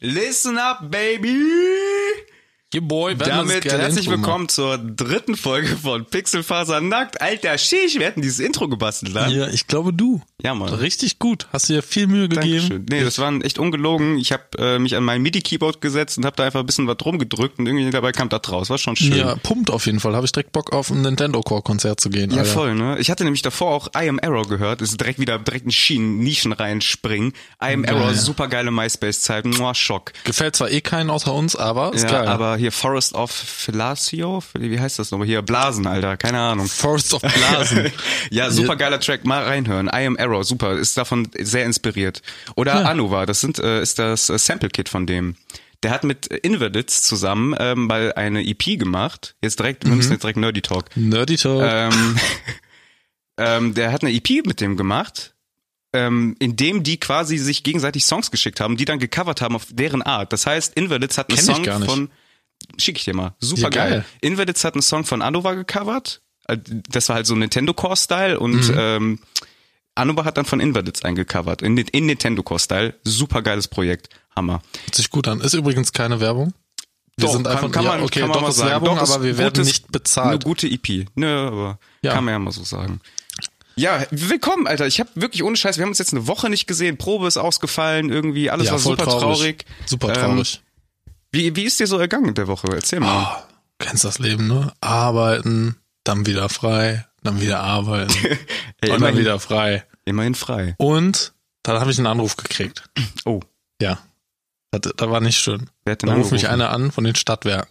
Listen up, baby! Your boy, Damit herzlich willkommen zur dritten Folge von Pixelfaser Nackt. Alter, Schisch, wir hätten dieses Intro gebastelt, ne? Ja, ich glaube du. Ja, Mann. Richtig gut. Hast dir viel Mühe gegeben. Nee, das waren echt ungelogen. Ich habe äh, mich an mein MIDI-Keyboard gesetzt und habe da einfach ein bisschen was rumgedrückt und irgendwie dabei kam das raus. War schon schön. Ja, pumpt auf jeden Fall. Habe ich direkt Bock auf ein Nintendo Core Konzert zu gehen. Ja, Alter. voll, ne? Ich hatte nämlich davor auch I Am Arrow gehört. Ist direkt wieder direkt in Schienen, Nischen reinspringen. I Am Arrow, super geile MySpace-Zeit. Mua, Schock. Gefällt zwar eh keinen außer uns, aber ist Ja, geil. aber hier Forest of Fellatio, wie heißt das nochmal? Hier Blasen, Alter, keine Ahnung. Forest of Blasen. ja, super geiler Track, mal reinhören. I Am Arrow, super, ist davon sehr inspiriert. Oder Anova, das sind äh, ist das äh, Sample Kit von dem. Der hat mit Invalids zusammen ähm, mal eine EP gemacht. Jetzt direkt, wir müssen jetzt direkt Nerdy Talk. Nerdy Talk. Ähm, ähm, der hat eine EP mit dem gemacht, ähm, in dem die quasi sich gegenseitig Songs geschickt haben, die dann gecovert haben auf deren Art. Das heißt, Invalids hat einen Kenn ich Song gar nicht. von schick ich dir mal, super geil. geil. Invalids hat einen Song von Anova gecovert. Äh, Das war halt so Nintendo Core Style und Mhm. ähm, Anova hat dann von Invalids eingecovert in, in Nintendo Core Style. Super geiles Projekt, Hammer. Hört sich gut an. Ist übrigens keine Werbung. Wir Doch, sind einfach ja, okay, doch mal ist Werbung, Doch, ist aber wir werden gutes- nicht Eine bezahlt. gute EP. Nö, aber Ja. kann man ja mal so sagen. Ja, willkommen, Alter. Ich habe wirklich ohne Scheiß, wir haben uns jetzt eine Woche nicht gesehen. Probe ist ausgefallen, irgendwie alles war super traurig. Super Ähm, traurig. wie, wie ist dir so ergangen in der Woche? Erzähl mal. Ah, kennst das Leben, ne? Arbeiten, dann wieder frei, dann wieder arbeiten, Ey, und dann immerhin, wieder frei. immerhin frei. Und dann habe ich einen Anruf gekriegt. Oh, Ja. Das, das war nicht schön. wer hat denn Da ruft mich angerufen? einer an von den Stadtwerken.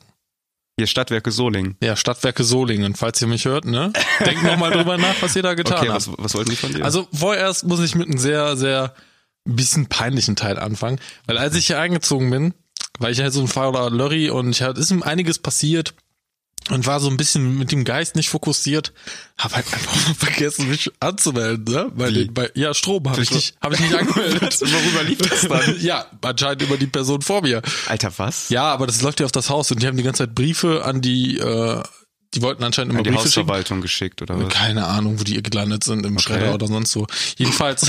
Hier Stadtwerke Solingen. Ja, Stadtwerke Solingen, falls ihr mich hört, ne? Denkt nochmal drüber nach, was ihr da getan Okay, habt. was, was wollten die von dir? Also vorerst muss ich mit einem sehr, sehr bisschen peinlichen Teil anfangen, weil als ich hier eingezogen bin, war ich halt so ein fauler Lörri und ich halt, ist ihm einiges passiert und war so ein bisschen mit dem Geist nicht fokussiert, habe halt einfach vergessen, mich anzumelden, ne? Bei den, bei, ja, Strom habe ich Strom. nicht, habe ich nicht angemeldet. Worüber lief das dann? ja, anscheinend über die Person vor mir. Alter, was? Ja, aber das läuft ja auf das Haus und die haben die ganze Zeit Briefe an die, äh, die wollten anscheinend immer An die Briefe schicken. Hausverwaltung geschickt oder was? Keine Ahnung, wo die gelandet sind, im Schredder oder sonst wo. Jedenfalls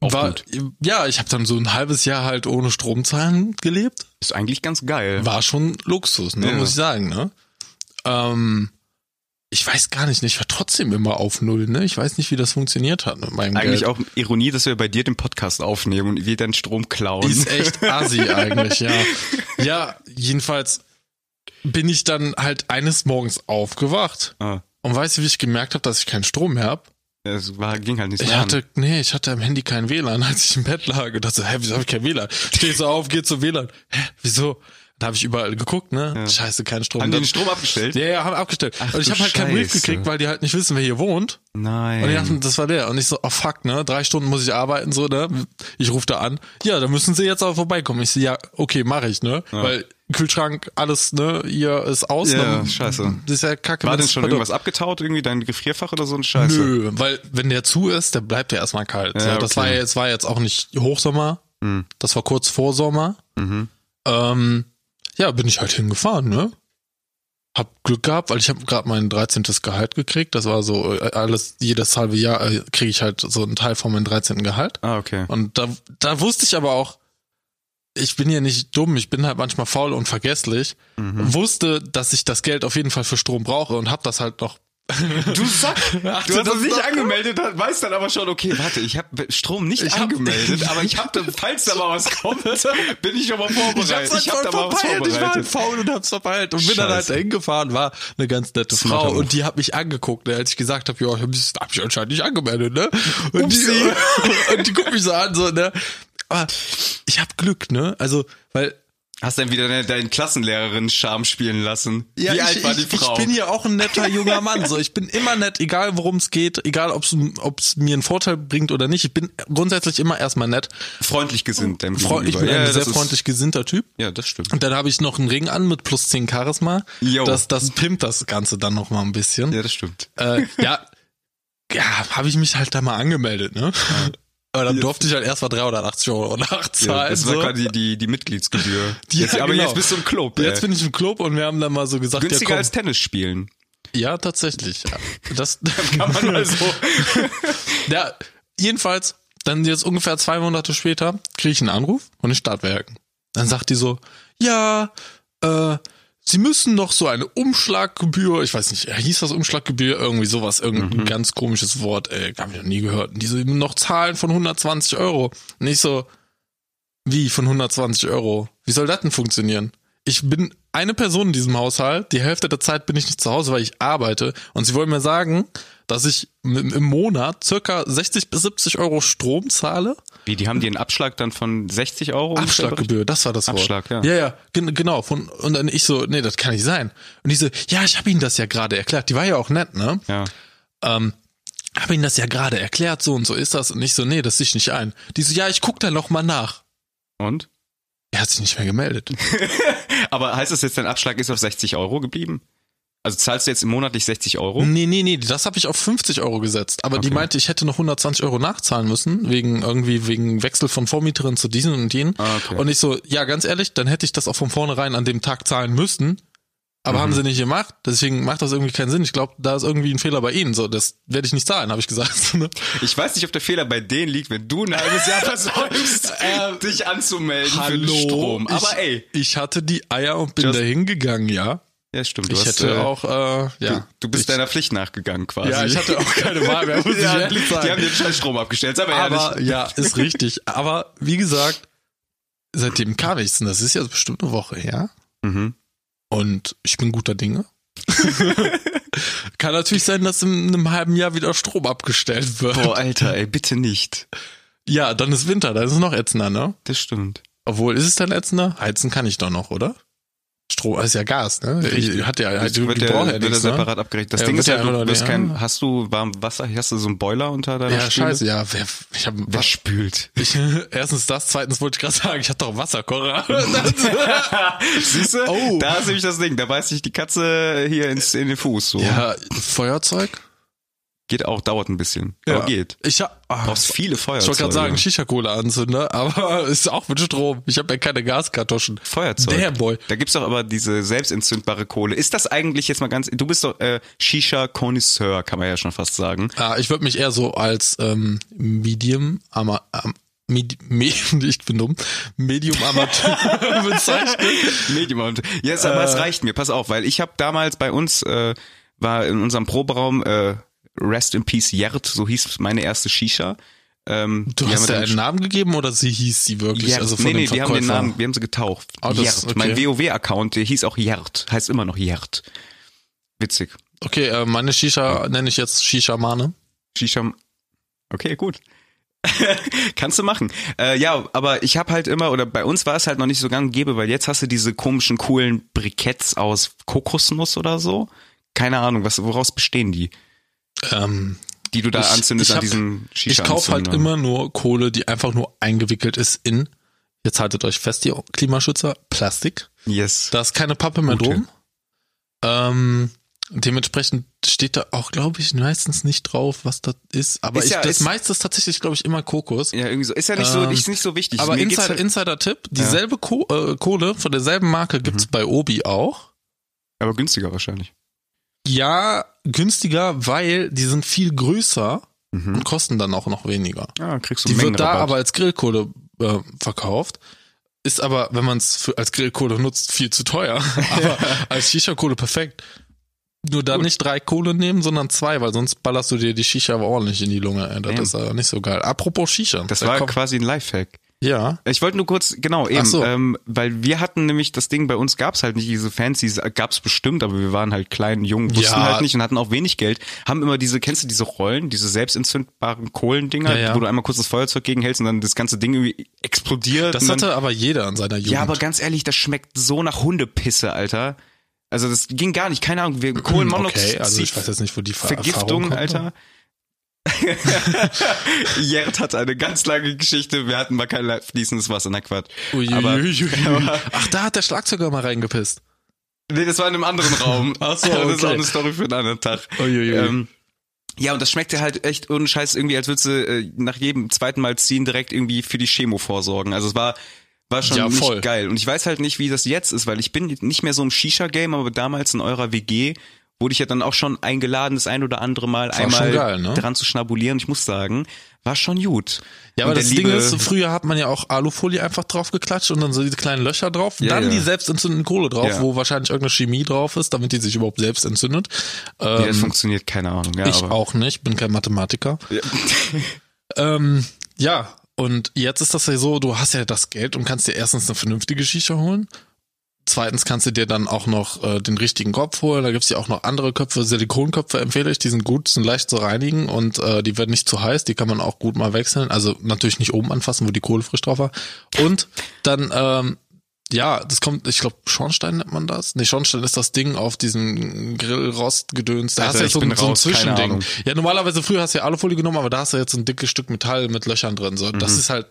war, gut. ja, ich habe dann so ein halbes Jahr halt ohne Stromzahlen gelebt. Ist eigentlich ganz geil. War schon Luxus, ne, Ja. muss ich sagen, ne? Ähm, ich weiß gar nicht, ne, ich war trotzdem immer auf Null, ne? Ich weiß nicht, wie das funktioniert hat mit meinem Eigentlich Geld. auch Ironie, dass wir bei dir den Podcast aufnehmen und wir dann Strom klauen. Die ist echt assi eigentlich, ja. Ja, jedenfalls bin ich dann halt eines Morgens aufgewacht ah, und weißt du, wie ich gemerkt habe, dass ich keinen Strom mehr habe? es war, ging halt nicht Ich mehr an. hatte, nee, ich hatte am Handy kein WLAN, als ich im Bett lag und dachte, hä, wieso habe ich kein WLAN? Stehst du auf, geh zum WLAN. Hä, wieso? Dann habe ich überall geguckt, ne? Scheiße, kein Strom. Haben die Dann- den Strom abgestellt? ja, ja, haben abgestellt. Ach und ich du habe halt keinen Brief Scheiße. gekriegt, weil die halt nicht wissen, wer hier wohnt. Nein. Und die dachten, das war der. Und ich so, oh fuck, ne? Drei Stunden muss ich arbeiten, so, ne? Ich rufe da an. Ja, da müssen sie jetzt aber vorbeikommen. Ich so, ja, okay, mache ich, ne? Weil Kühlschrank, alles, ne, hier ist aus. Ja, ne? scheiße. Das ist ja kacke. ne? war wenn's denn schon verdirbt. irgendwas abgetaut, irgendwie dein Gefrierfach oder so ein Scheiße? Nö, weil wenn der zu ist, der bleibt ja erstmal kalt. Ja, Ja, okay. Das Mhm. war ja jetzt, war jetzt auch nicht Hochsommer, das war kurz vor Sommer. Ähm, ja, bin ich halt hingefahren, ne? Hab Glück gehabt, weil ich habe gerade mein 13. Gehalt gekriegt. Das war so äh, alles, jedes halbe Jahr äh, kriege ich halt so einen Teil von meinem 13. Gehalt. Ah, okay. Und da, da wusste ich aber auch, ich bin ja nicht dumm, ich bin halt manchmal faul und vergesslich. Mhm. Wusste, dass ich das Geld auf jeden Fall für Strom brauche und hab das halt noch Du Sack! Du hast du das das nicht doch- angemeldet, dann weißt dann aber schon, okay, warte, ich habe Strom nicht Ich hab- angemeldet, aber ich habe, falls da mal was kommt, bin ich schon mal vorbereitet. Ich hab's halt voll verpeilt. Ich war halt faul und hab's verpeilt. Und bin dann halt Scheiße. dahin gefahren, war eine ganz nette Smarter Frau Move. und die hat mich angeguckt, ne, als ich gesagt habe, ja, das hab ich anscheinend nicht angemeldet, ne? Und die, Upsi. und die guckt mich so an, so, ne? Aber ich hab Glück, ne? Also, weil Hast dann wieder deine, deinen Klassenlehrerin-Charme spielen lassen. ja, Wie ich, alt war die ich, Frau? Ich bin ja auch ein netter junger Mann. So, ich bin immer nett, egal worum es geht, egal ob es mir einen Vorteil bringt oder nicht. Ich bin grundsätzlich immer erstmal nett. freundlich gesinnt. Deinem Freu, ich gegenüber. bin ja, ein das sehr ist- freundlich gesinnter Typ. Ja, das stimmt. Und dann habe ich noch einen Ring an mit plus 10 Charisma. Jo. Das, das pimmt das Ganze dann noch mal ein bisschen. Ja, das stimmt. Ja, äh, ja, ja habe ich mich halt da mal angemeldet, ne? Aber dann durfte ich halt erst mal 380 Euro nachzahlen. Ja, das war so. quasi die, die Mitgliedsgebühr. Die- jetzt, Also- ja, aber genau. jetzt bist du im Club. Jetzt ey. bin ich im Club und wir haben dann mal so gesagt, ja, Günstiger komm, als Tennis spielen. ja, also. tatsächlich. Ja, das Kann man mal so. Ja, jedenfalls Dann jetzt ungefähr zwei Monate später kriege ich einen Anruf von den Stadtwerken. Dann sagt die so, ja, äh, sie müssen noch so eine Umschlaggebühr, ich weiß nicht, hieß das Umschlaggebühr, irgendwie sowas, irgendein Mhm. ganz komisches Wort, äh, habe ich noch nie gehört. Und die so, "Sie müssen noch zahlen von 120 Euro. Und ich so, wie von 120 Euro? Wie soll das denn funktionieren? Ich bin eine Person in diesem Haushalt, die Hälfte der Zeit bin ich nicht zu Hause, weil ich arbeite. Und sie wollen mir sagen, dass ich im im Monat circa 60 bis 70 Euro Strom zahle? Wie, die haben dir einen Abschlag dann von 60 Euro? Abschlaggebühr, das war das Wort. Abschlag, ja. Ja, ja, gen genau. Von, und dann ich so, nee, das kann nicht sein. Und die so, ja, ich habe Ihnen das ja gerade erklärt. Die war ja auch nett, ne? Ja. Ähm, habe Ihnen das ja gerade erklärt, so und so ist das. Und ich so, nee, das sehe ich nicht ein. Die so, ja, ich guck da noch mal nach. Und? Er hat sich nicht mehr gemeldet. Aber heißt das jetzt, dein Abschlag ist auf 60 Euro geblieben? Also zahlst du jetzt monatlich 60 Euro? Nee, nee, nee, das habe ich auf 50 Euro gesetzt. Aber die Okay. meinte, ich hätte noch 120 Euro nachzahlen müssen, wegen irgendwie, wegen Wechsel von Vormieterin zu diesen und jenen. Ah, okay. Und ich so, ja, ganz ehrlich, dann hätte ich das auch von vornherein an dem Tag zahlen müssen. Aber Mhm. haben sie nicht gemacht, deswegen macht das irgendwie keinen Sinn. Ich glaube, da ist irgendwie ein Fehler bei ihnen. So, das werde ich nicht zahlen, habe ich gesagt. Ne? Ich weiß nicht, ob der Fehler bei denen liegt, wenn du ein halbes Jahr versäumst, dich anzumelden für den Strom. ich, Aber ey. ich hatte die Eier und bin Just- da hingegangen, ja. Ja, stimmt. Ich hast, hätte äh, auch, äh, ja. Du, du bist ich, deiner Pflicht nachgegangen quasi. Ja, ich hatte auch keine Wahl mehr, muss ich ja, ehrlich sagen. Die haben den scheiß Strom abgestellt, sag mal Aber ehrlich. ja, ist richtig. Aber wie gesagt, seitdem kam nichts und das ist jetzt bestimmt eine Woche her. Mhm. Und ich bin guter Dinge. Kann natürlich sein, dass in einem halben Jahr wieder Strom abgestellt wird. Boah, Alter, ey, bitte nicht. Ja, dann ist Winter, dann ist es noch ätzender, ne? Das stimmt. Obwohl, ist es dann ätzender? Heizen kann ich doch noch, oder? Strom ist ja Gas, ne? Richtig. Hat ja, halt, wird die der, braucht ja wird der nichts, ne? separat abgerechnet. Das Ja, Ding wird ist ja, der du, einfach du hast nur- kein, ja. hast du warm Wasser, hast du so einen Boiler unter deiner Ja, Spüle? scheiße, ja. Wer, ich hab, Wer spült? ich, erstens das, zweitens wollte ich gerade sagen, ich hatte doch einen Wasserkocher. Siehst du? Oh. Da ist nämlich das Ding. Da beißt sich die Katze hier ins, in den Fuß. So. ja, Feuerzeug? Geht auch, dauert ein bisschen. Aber geht. Ich hab, ah, Brauchst viele Feuerzeuge. Ich wollte gerade sagen, Shisha-Kohle anzünder, ne? aber ist auch mit Strom. Ich habe ja keine Gaskartuschen. Feuerzeug. Damn, boy. Da gibt's doch aber diese selbstentzündbare Kohle. Ist das eigentlich jetzt mal ganz. Du bist doch äh, Shisha-Connoisseur, kann man ja schon fast sagen. Ah, ich würde mich eher so als ähm, Medium Ama am- Medi Me ich bin dumm. Medium Amateur bezeichnen. Medium. und- Jetzt aber Äh. es reicht mir. Pass auf, weil ich habe damals bei uns äh, war in unserem Proberaum äh, Rest in Peace Jert, so hieß meine erste Shisha. Ähm, Du die haben hast ja wir einen dann- Namen gegeben oder sie hieß sie wirklich? Jert. Also von nee, dem nee, die haben den Verkäufer? Namen, wir haben sie getauft. Ah, das- Jert. Mein okay. WoW-Account, der hieß auch Jert. Heißt immer noch Jert. Witzig. Okay, äh, meine Shisha nenne ich jetzt Shisha-Mane. Shisham. Okay, gut. Kannst du machen. Äh, ja, aber ich habe halt immer, oder bei uns war es halt noch nicht so gang und gäbe, weil jetzt hast du diese komischen, coolen Briketts aus Kokosnuss oder so. Keine Ahnung, was, woraus bestehen die? Ähm, Die du da Ich- anzündest an ich hab- diesen ich shisha kaufe halt Anzündern. immer nur Kohle, die einfach nur eingewickelt ist in, jetzt haltet euch fest, ihr Klimaschützer, Plastik. Yes. Da ist keine Pappe mehr Gute. drum. Ähm, dementsprechend steht da auch, glaube ich, meistens nicht drauf, was das ist. Aber Ist ich, ja- das ist- meiste ist tatsächlich, glaube ich, immer Kokos. ja, irgendwie so. Ist ja nicht so, Ähm, ist nicht so wichtig. Aber Mir geht's Insider, halt- Insider-Tipp, dieselbe Ko äh, Kohle von derselben Marke Mhm. gibt's bei Obi auch. aber günstiger wahrscheinlich. Ja, günstiger, weil die sind viel größer Mhm. und kosten dann auch noch weniger. Ja, Ah, kriegst du Die wird da Mengenrabatt. aber als Grillkohle äh, verkauft. Ist aber, wenn man es als Grillkohle nutzt, viel zu teuer. Aber als Shisha-Kohle perfekt. Nur dann nicht drei Kohle nehmen, sondern zwei, weil sonst ballerst du dir die Shisha aber ordentlich in die Lunge. ey. Das Damn. ist ja nicht so geil. Apropos Shisha. Das Da war kommt- quasi ein Lifehack. Ja. Ich wollte nur kurz, genau, eben, Ach so. ähm, weil wir hatten nämlich das Ding, bei uns gab's halt nicht diese Fancies, gab's bestimmt, aber wir waren halt klein, jung, wussten Ja. halt nicht und hatten auch wenig Geld, haben immer diese, kennst du diese Rollen, diese selbstentzündbaren Kohlendinger, Ja, ja. wo du einmal kurz das Feuerzeug gegenhältst und dann das ganze Ding irgendwie explodiert. Das und dann, hatte aber jeder in seiner Jugend. ja, aber ganz ehrlich, das schmeckt so nach Hundepisse, Alter. Also das ging gar nicht, keine Ahnung, wir Kohlenmonoxid, Hm, okay, also ich weiß jetzt nicht, wo die Ver Erfahrung Vergiftung, kommt. Alter. Jert hat eine ganz lange Geschichte. Wir hatten mal kein fließendes Wasser. Na Quatsch. Aber, Uiuiuiui. aber Ach, da hat der Schlagzeuger mal reingepisst. nee, das war in einem anderen Raum. Ach so, Das ist auch okay. eine Story für einen anderen Tag. Uiuiui. Ähm, ja, und das schmeckte halt echt ohne Scheiß irgendwie, als würdest du äh, nach jedem zweiten Mal ziehen direkt irgendwie für die Chemo vorsorgen. Also es war war schon Ja, voll. nicht geil. Und ich weiß halt nicht, wie das jetzt ist, weil ich bin nicht mehr so im Shisha-Game, aber damals in eurer WG wurde ich ja dann auch schon eingeladen, das ein oder andere Mal schon einmal geil, ne? dran zu schnabulieren. Ich muss sagen, war schon gut. Ja, aber Und der das Ding liebe- ist, früher hat man ja auch Alufolie einfach drauf geklatscht und dann so diese kleinen Löcher drauf, Ja, dann ja. die selbst entzündende Kohle drauf, Ja. wo wahrscheinlich irgendeine Chemie drauf ist, damit die sich überhaupt selbst entzündet. ja, das Ähm, funktioniert, keine Ahnung. Ja, ich aber, auch nicht, bin kein Mathematiker. Ja. Ähm, ja, und jetzt ist das ja so, du hast ja das Geld und kannst dir erstens eine vernünftige Shisha holen. Zweitens kannst du dir dann auch noch äh, den richtigen Kopf holen. Da gibt's ja auch noch andere Köpfe. Silikonköpfe empfehle ich. Die sind gut, sind leicht zu reinigen und äh, die werden nicht zu heiß. Die kann man auch gut mal wechseln. Also natürlich nicht oben anfassen, wo die Kohle frisch drauf war. Und dann, ähm, ja, das kommt, ich glaube, Schornstein nennt man das. Nee, Schornstein ist das Ding auf diesen Grillrostgedöns. Da Alter, hast ich du jetzt so, ein- bin so ein raus, keine Zwischending. Ahnung. Ja, normalerweise früher hast du ja Alufolie genommen, aber da hast du jetzt ein dickes Stück Metall mit Löchern drin. So, Mhm. das ist halt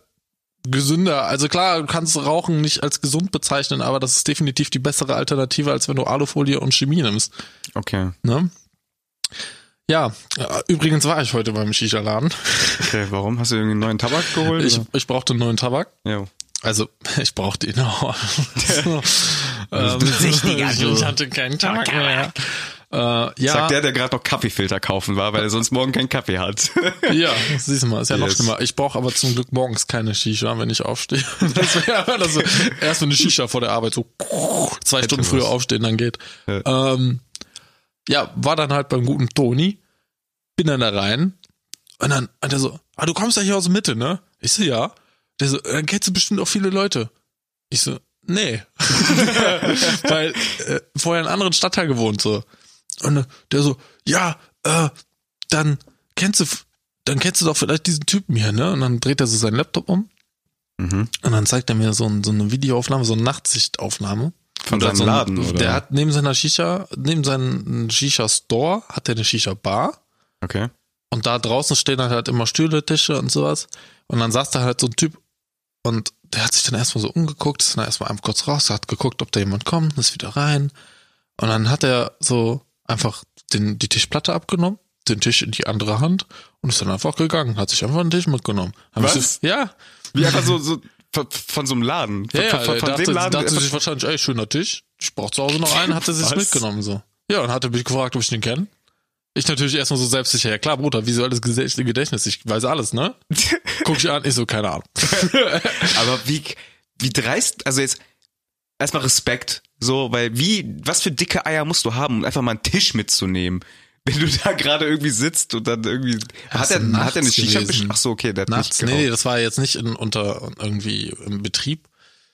gesünder. Also klar, du kannst Rauchen nicht als gesund bezeichnen, aber das ist definitiv die bessere Alternative, als wenn du Alufolie und Chemie nimmst. okay. Ne? Ja, äh, übrigens war ich heute beim Shisha-Laden. okay. Warum? Hast du irgendwie einen neuen Tabak geholt? Ich, oder? ich brauchte einen neuen Tabak. ja. Also, ich brauchte ihn auch. so, Also, du Süchtiger, du. Ich hatte keinen Tabak mehr. Äh, ja, Sagt der, der gerade noch Kaffeefilter kaufen war, weil er sonst morgen keinen Kaffee hat. ja, siehst du mal, ist ja noch Yes. schlimmer. Ich brauche aber zum Glück morgens keine Shisha, wenn ich aufstehe. Das wäre aber das so, erst mal eine Shisha vor der Arbeit, so zwei Stunden was. früher aufstehen, dann geht. Ja. Ähm, ja, war dann halt beim guten Toni, bin dann da rein und dann hat er so, ah, du kommst ja hier aus der Mitte, ne? Ich so, ja. Der so, dann kennst du bestimmt auch viele Leute. Ich so, nee. Weil äh, vorher in einem anderen Stadtteil gewohnt, so. Und äh, der so, ja, äh, dann kennst du, dann kennst du doch vielleicht diesen Typen hier, ne? Und dann dreht er so seinen Laptop um Mhm. und dann zeigt er mir so, ein, so eine Videoaufnahme, so eine Nachtsichtaufnahme. Von Oder seinem so ein- Laden, oder? Der hat neben seiner Shisha, neben seinem Shisha-Store, hat er eine Shisha-Bar. Okay. Und da draußen stehen dann halt immer Stühle, Tische und sowas. Und dann saß da halt so ein Typ und der hat sich dann erstmal so umgeguckt, ist dann erstmal einmal kurz raus, hat geguckt, ob da jemand kommt, ist wieder rein. Und dann hat er so einfach den, die Tischplatte abgenommen, den Tisch in die andere Hand und ist dann einfach gegangen, hat sich einfach einen Tisch mitgenommen. Hab ich Was? So, ja. Wie einfach so, so von, von so einem Laden. Von, Ja, ja, von, er von dachte, dem Laden. dachte sich wahrscheinlich, ey, schöner Tisch. Ich brauch zu Hause noch einen, hat er sich Was? mitgenommen so. Ja, und hat er mich gefragt, ob ich den kenne. Ich natürlich erstmal so selbstsicher, ja klar, Bruder, visuelles Gese- Gedächtnis, ich weiß alles, ne? Guck ich an, ich so, keine Ahnung. Also, aber wie, wie dreist, also jetzt erstmal Respekt, so, weil wie, was für dicke Eier musst du haben, um einfach mal einen Tisch mitzunehmen? Wenn du da gerade irgendwie sitzt und dann irgendwie. Hat er, hat ist er eine nachts Shisha gewesen. bestellt? Ach so, okay, der hat nicht Nachts, nee, geraucht. nee, das war jetzt nicht in, unter irgendwie im Betrieb.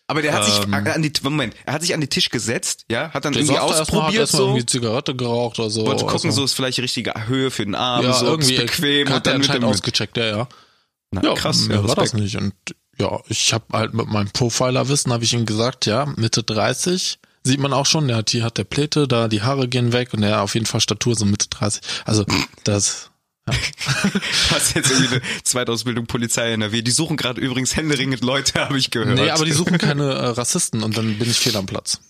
Aber der hat Ähm. sich an die, Moment, er hat sich an den Tisch gesetzt, ja, hat dann Der irgendwie saß da erstmal, hat ausprobiert, erstmal so, irgendwie Zigarette geraucht oder so. wollte gucken, erstmal- so ist vielleicht die richtige Höhe für den Arm, ja, so irgendwie ist bequem hat und der dann mit anscheinend dem. ausgecheckt, ja, ja. Na, Ja, krass, ja, mehr war das Respekt. nicht. Und ja, ich habe halt mit meinem Profiler-Wissen, habe ich ihm gesagt, ja, Mitte 30 sieht man auch schon, der hat, hier hat der Pläte, da die Haare gehen weg und er auf jeden Fall Statur so Mitte 30. Also das, Hast jetzt irgendwie eine Zweitausbildung Polizei NRW. Die suchen gerade übrigens händeringend Leute, habe ich gehört. nee, aber die suchen keine äh, Rassisten und dann bin ich fehl am Platz.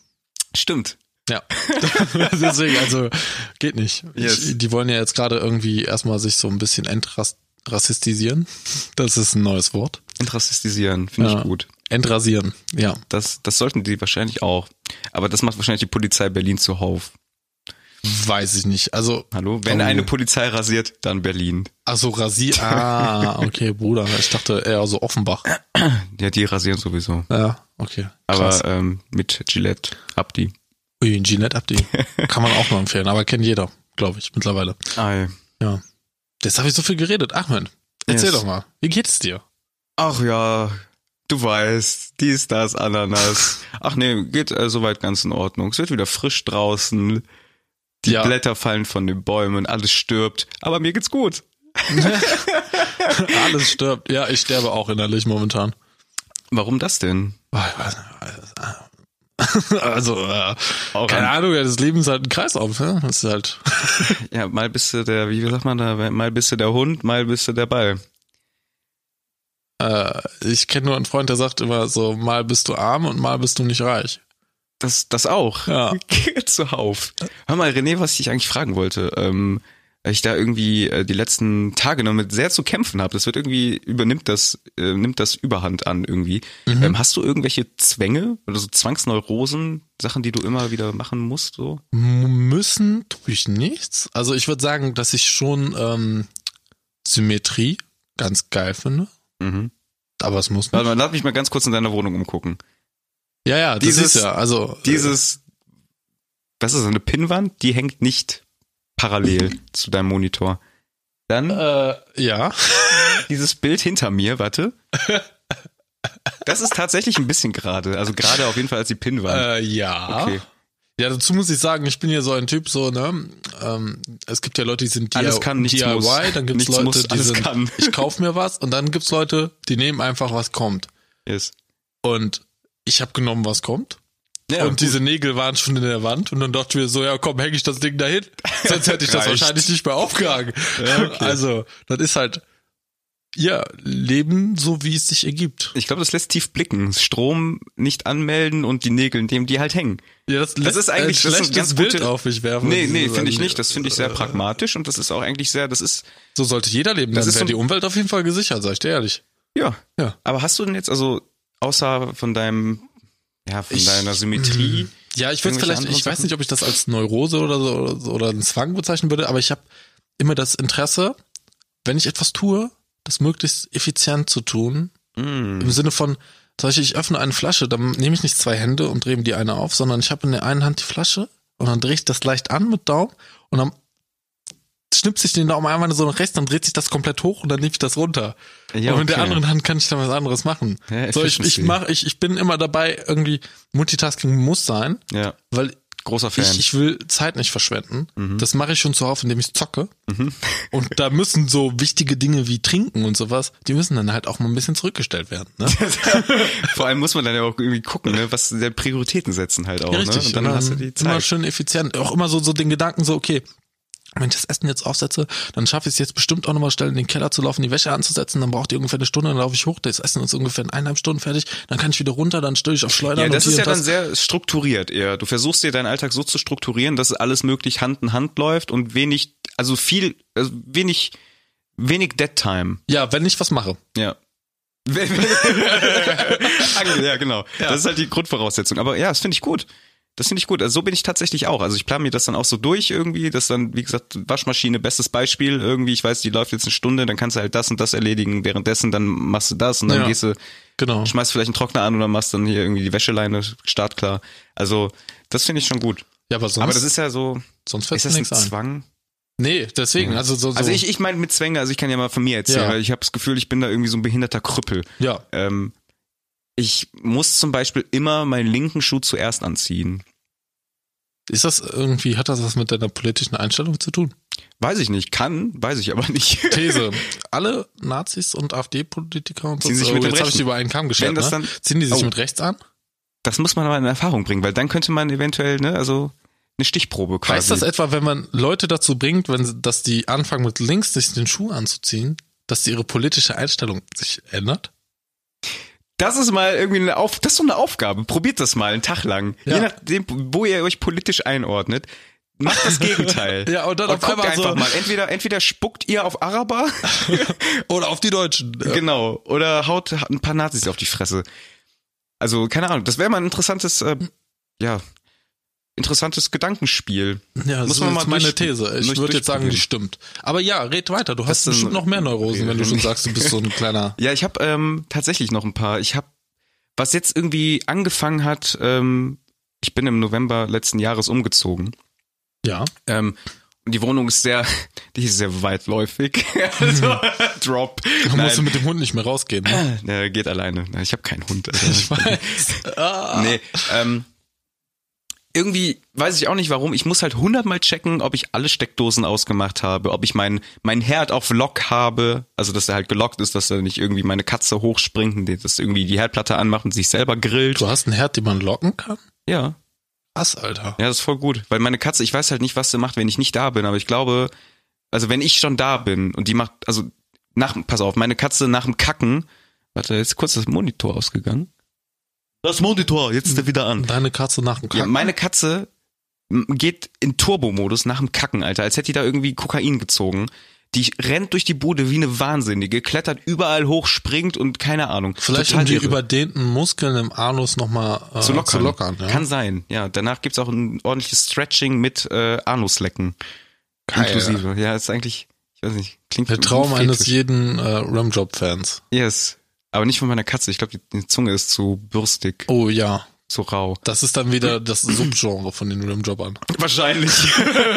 Stimmt. Ja, deswegen, also geht nicht. Yes. Ich, die wollen ja jetzt gerade irgendwie erstmal sich so ein bisschen entrassistisieren. Das ist ein neues Wort. Entrassistisieren, finde Ja. ich gut. Entrasieren, ja. Das, das sollten die wahrscheinlich auch. Aber das macht wahrscheinlich die Polizei Berlin zuhauf. Weiß ich nicht. Also Hallo? Wenn Oh. eine Polizei rasiert, dann Berlin. Ach so, Rasier. Ah, okay, Bruder. Ich dachte eher so Offenbach. Ja, die rasieren sowieso. Ja, okay. Aber Krass. ähm, mit Gillette ab die. Ui, ein Jeanette Abdi. Kann man auch mal empfehlen, aber kennt jeder, glaube ich, mittlerweile. Ei. Ah, Ja. Jetzt habe ich so viel geredet. Ahmed, erzähl Yes. doch mal. Wie geht's dir? Ach ja, du weißt, dies, das, Ananas. Ach nee, geht äh, soweit ganz in Ordnung. Es wird wieder frisch draußen. Die Ja. Blätter fallen von den Bäumen, alles stirbt. Aber mir geht's gut. Alles stirbt. Ja, ich sterbe auch innerlich momentan. Warum das denn? Oh, ich weiß nicht. Also, äh, Auch keine an- Ahnung, ja, das Leben ist halt ein Kreislauf. Ne? Das ist halt, Ja, mal bist du der, wie sagt man da, mal bist du der Hund, mal bist du der Ball. äh, ich kenne nur einen Freund, der sagt immer so, mal bist du arm und mal bist du nicht reich. Das, das auch. Ja. Zuhauf. Ah. Hör mal, René, was ich dich eigentlich fragen wollte. Ähm, weil ich da irgendwie äh, die letzten Tage noch mit sehr zu kämpfen habe. Das wird irgendwie, übernimmt das, äh, nimmt das Überhand an irgendwie. Ähm, hast du irgendwelche Zwänge oder so Zwangsneurosen, Sachen, die du immer wieder machen musst? So? M- müssen tue ich nichts. Also ich würde sagen, dass ich schon ähm, Symmetrie ganz geil finde. Mhm. Aber es muss nicht. Warte mal, lass mich mal ganz kurz in deiner Wohnung umgucken. Ja, ja, das Dieses- ist ja. Also, Dieses, was ist das, eine Pinnwand? Die hängt nicht parallel zu deinem Monitor. Dann äh, ja. dieses Bild hinter mir, warte. Das ist tatsächlich ein bisschen gerade. Also gerade auf jeden Fall als die Pinnwand. Äh, ja. Okay. Ja, dazu muss ich sagen, ich bin ja so ein Typ, so, ne? Ähm, es gibt ah, ja Leute, die sind Alles DIY, kann, nichts DIY muss. dann gibt's Nichts Leute, muss, die alles sind, kann. ich kauf mir was und dann gibt's Leute, die nehmen einfach, was kommt. Yes. Und ich habe genommen, was kommt. Ja, und diese Nägel waren schon in der Wand und dann dachten wir so, ja komm, hänge ich das Ding dahin. Sonst hätte ich das Reicht. wahrscheinlich nicht mehr aufgehangen. Also, das ist halt, ja, Leben so, wie es sich ergibt. Ich glaube, das lässt tief blicken. Strom nicht anmelden und die Nägel, indem die halt hängen. Ja, das, lässt ist eigentlich- ein das ist ein schlechtes ganz Bild gute- auf mich werfen. Nee, nee, Dieses- finde ich nicht. Das finde ich äh, sehr pragmatisch und das ist auch eigentlich sehr, das ist, So sollte jeder leben, Das dann ist wäre so- die Umwelt auf jeden Fall gesichert, sag ich dir ehrlich. ja. Ja. Aber hast du denn jetzt, also, außer von deinem, ja, von Ich- Mm. deiner Symmetrie, Ja, ich würde Irgendwelche vielleicht, anderen ich weiß Sachen? nicht, ob ich das als Neurose oder so oder, so, oder einen Zwang bezeichnen würde, aber ich habe immer das Interesse, wenn ich etwas tue, das möglichst effizient zu tun. Mm, Mhm. Im Sinne von, zum Beispiel, ich öffne eine Flasche, dann nehme ich nicht zwei Hände und drehe mir die eine auf, sondern ich habe in der einen Hand die Flasche und dann drehe ich das leicht an mit Daumen und dann schnipse ich den Daumen einmal so nach rechts, dann dreht sich das komplett hoch und dann nehme ich das runter. Ja, und mit der okay. anderen Hand kann ich dann was anderes machen. Ja, so, ich, ich Efficiency. mach, ich, ich bin immer dabei, irgendwie Multitasking muss sein, ja, weil großer Fan. ich, ich will Zeit nicht verschwenden. Mhm. Das mache ich schon zuhauf, indem ich zocke. Und da müssen so wichtige Dinge wie Trinken und sowas, die müssen dann halt auch mal ein bisschen zurückgestellt werden. Ne? Vor allem muss man dann ja auch irgendwie gucken, ne, was der Prioritäten setzen halt auch, Ja, ne? Und dann hast du die Immer Zeit. schön effizient. Auch immer so, so den Gedanken so, okay, wenn ich das Essen jetzt aufsetze, dann schaffe ich es jetzt bestimmt auch nochmal schnell in den Keller zu laufen, die Wäsche anzusetzen, dann braucht die ungefähr eine Stunde, dann laufe ich hoch, das Essen ist ungefähr in eineinhalb Stunden fertig, dann kann ich wieder runter, dann störe ich auf Schleudern Ja, und das hier ist ja und das. dann sehr strukturiert eher. Du versuchst dir deinen Alltag so zu strukturieren, dass alles möglich Hand in Hand läuft und wenig, also viel, also wenig, wenig Dead-Time. ja, wenn ich was mache. Ja. Ange- ja, genau. Das ist halt die Grundvoraussetzung. Aber ja, das finde ich gut. Das finde ich gut. Also so bin ich tatsächlich auch. Also ich plane mir das dann auch so durch irgendwie, dass dann, wie gesagt, Waschmaschine, bestes Beispiel, irgendwie, ich weiß, die läuft jetzt eine Stunde, dann kannst du halt das und das erledigen, währenddessen dann machst du das und dann Ja. gehst du, Genau. schmeißt vielleicht einen Trockner an oder machst dann hier irgendwie die Wäscheleine startklar. Also das finde ich schon gut. Ja, aber sonst, Aber das ist ja so, sonst fällt ist mir das ein nichts ein. Zwang? Nee, deswegen, also so, so Also ich, ich meine mit Zwänge, also ich kann ja mal von mir erzählen, Ja. weil ich habe das Gefühl, ich bin da irgendwie so ein behinderter Krüppel. ja, Ähm, ich muss zum Beispiel immer meinen linken Schuh zuerst anziehen. ist das irgendwie, hat das was mit deiner politischen Einstellung zu tun? Weiß ich nicht, kann, weiß ich aber nicht. These. Alle Nazis und AfD-Politiker und so, Ziehen sich oh, mit dem jetzt habe ich Rechten. die über einen Kamm Wenn geschert, das ne? dann- ziehen die sich Oh. mit rechts an? Das muss man aber in Erfahrung bringen, weil dann könnte man eventuell, ne, also eine Stichprobe quasi. Heißt das etwa, wenn man Leute dazu bringt, wenn sie- dass die anfangen mit links sich den Schuh anzuziehen, dass die ihre politische Einstellung sich ändert? Das ist mal irgendwie eine Auf das ist so eine Aufgabe. Probiert das mal einen Tag lang. Ja. Je nachdem, wo ihr euch politisch einordnet. Macht das Gegenteil. Ja, und dann auf guckt einmal so- einfach mal. Entweder, entweder spuckt ihr auf Araber Oder auf die Deutschen? Genau. Oder haut ein paar Nazis auf die Fresse. Also, keine Ahnung. Das wäre mal ein interessantes, äh, ja, interessantes Gedankenspiel. Ja, das Muss ist man mal jetzt meine durch- These. Ich durch- würde jetzt sagen, die durchprobieren. stimmt. Aber ja, red weiter. Du hast Das ist bestimmt ein- noch mehr Neurosen, wenn du Okay. schon sagst, du bist so ein kleiner. Ja, ich habe ähm, tatsächlich noch ein paar. Ich habe, was jetzt irgendwie angefangen hat, ähm, ich bin im November letzten Jahres umgezogen. Ja. Ähm, und die Wohnung ist sehr, die ist sehr weitläufig. also, Drop. Dann musst du Nein, mit dem Hund nicht mehr rausgehen. Ne? äh, geht alleine. Nein, Ich habe keinen Hund. Also, Ich weiß. Ah. Nee, ähm, irgendwie weiß ich auch nicht warum. Ich muss halt hundertmal checken, ob ich alle Steckdosen ausgemacht habe, ob ich meinen mein Herd auf Lock habe, also dass er halt gelockt ist, dass er nicht irgendwie meine Katze hochspringt und dass irgendwie die Herdplatte anmacht und sich selber grillt. Du hast einen Herd, den man locken kann? Ja, Was, Alter? ja, das ist voll gut. Weil meine Katze, ich weiß halt nicht, was sie macht, wenn ich nicht da bin, aber ich glaube, also wenn ich schon da bin und die macht, also nach, pass auf, meine Katze nach dem Kacken, warte, jetzt ist kurz das Monitor ausgegangen. Das Monitor, jetzt ist er wieder an. Deine Katze nach dem Ja, Kacken? meine Katze m- geht in Turbomodus nach dem Kacken, Alter, als hätte die da irgendwie Kokain gezogen. Die rennt durch die Bude wie eine Wahnsinnige, klettert überall hoch, springt und keine Ahnung. Vielleicht Total um die irre. überdehnten Muskeln im Anus nochmal äh, zu lockern. Zu lockern ja. Kann sein, ja. Danach gibt's auch ein ordentliches Stretching mit äh, Anuslecken. Geil. Inklusive. Ja, ist eigentlich. Ich weiß nicht, klingt Der Traum eines fetisch. jeden äh, Rumjob-Fans. Yes. Aber nicht von meiner Katze. Ich glaube, die, die Zunge ist zu bürstig, Oh ja. zu rau. Das ist dann wieder das Subgenre von den Rimjobbern. Wahrscheinlich.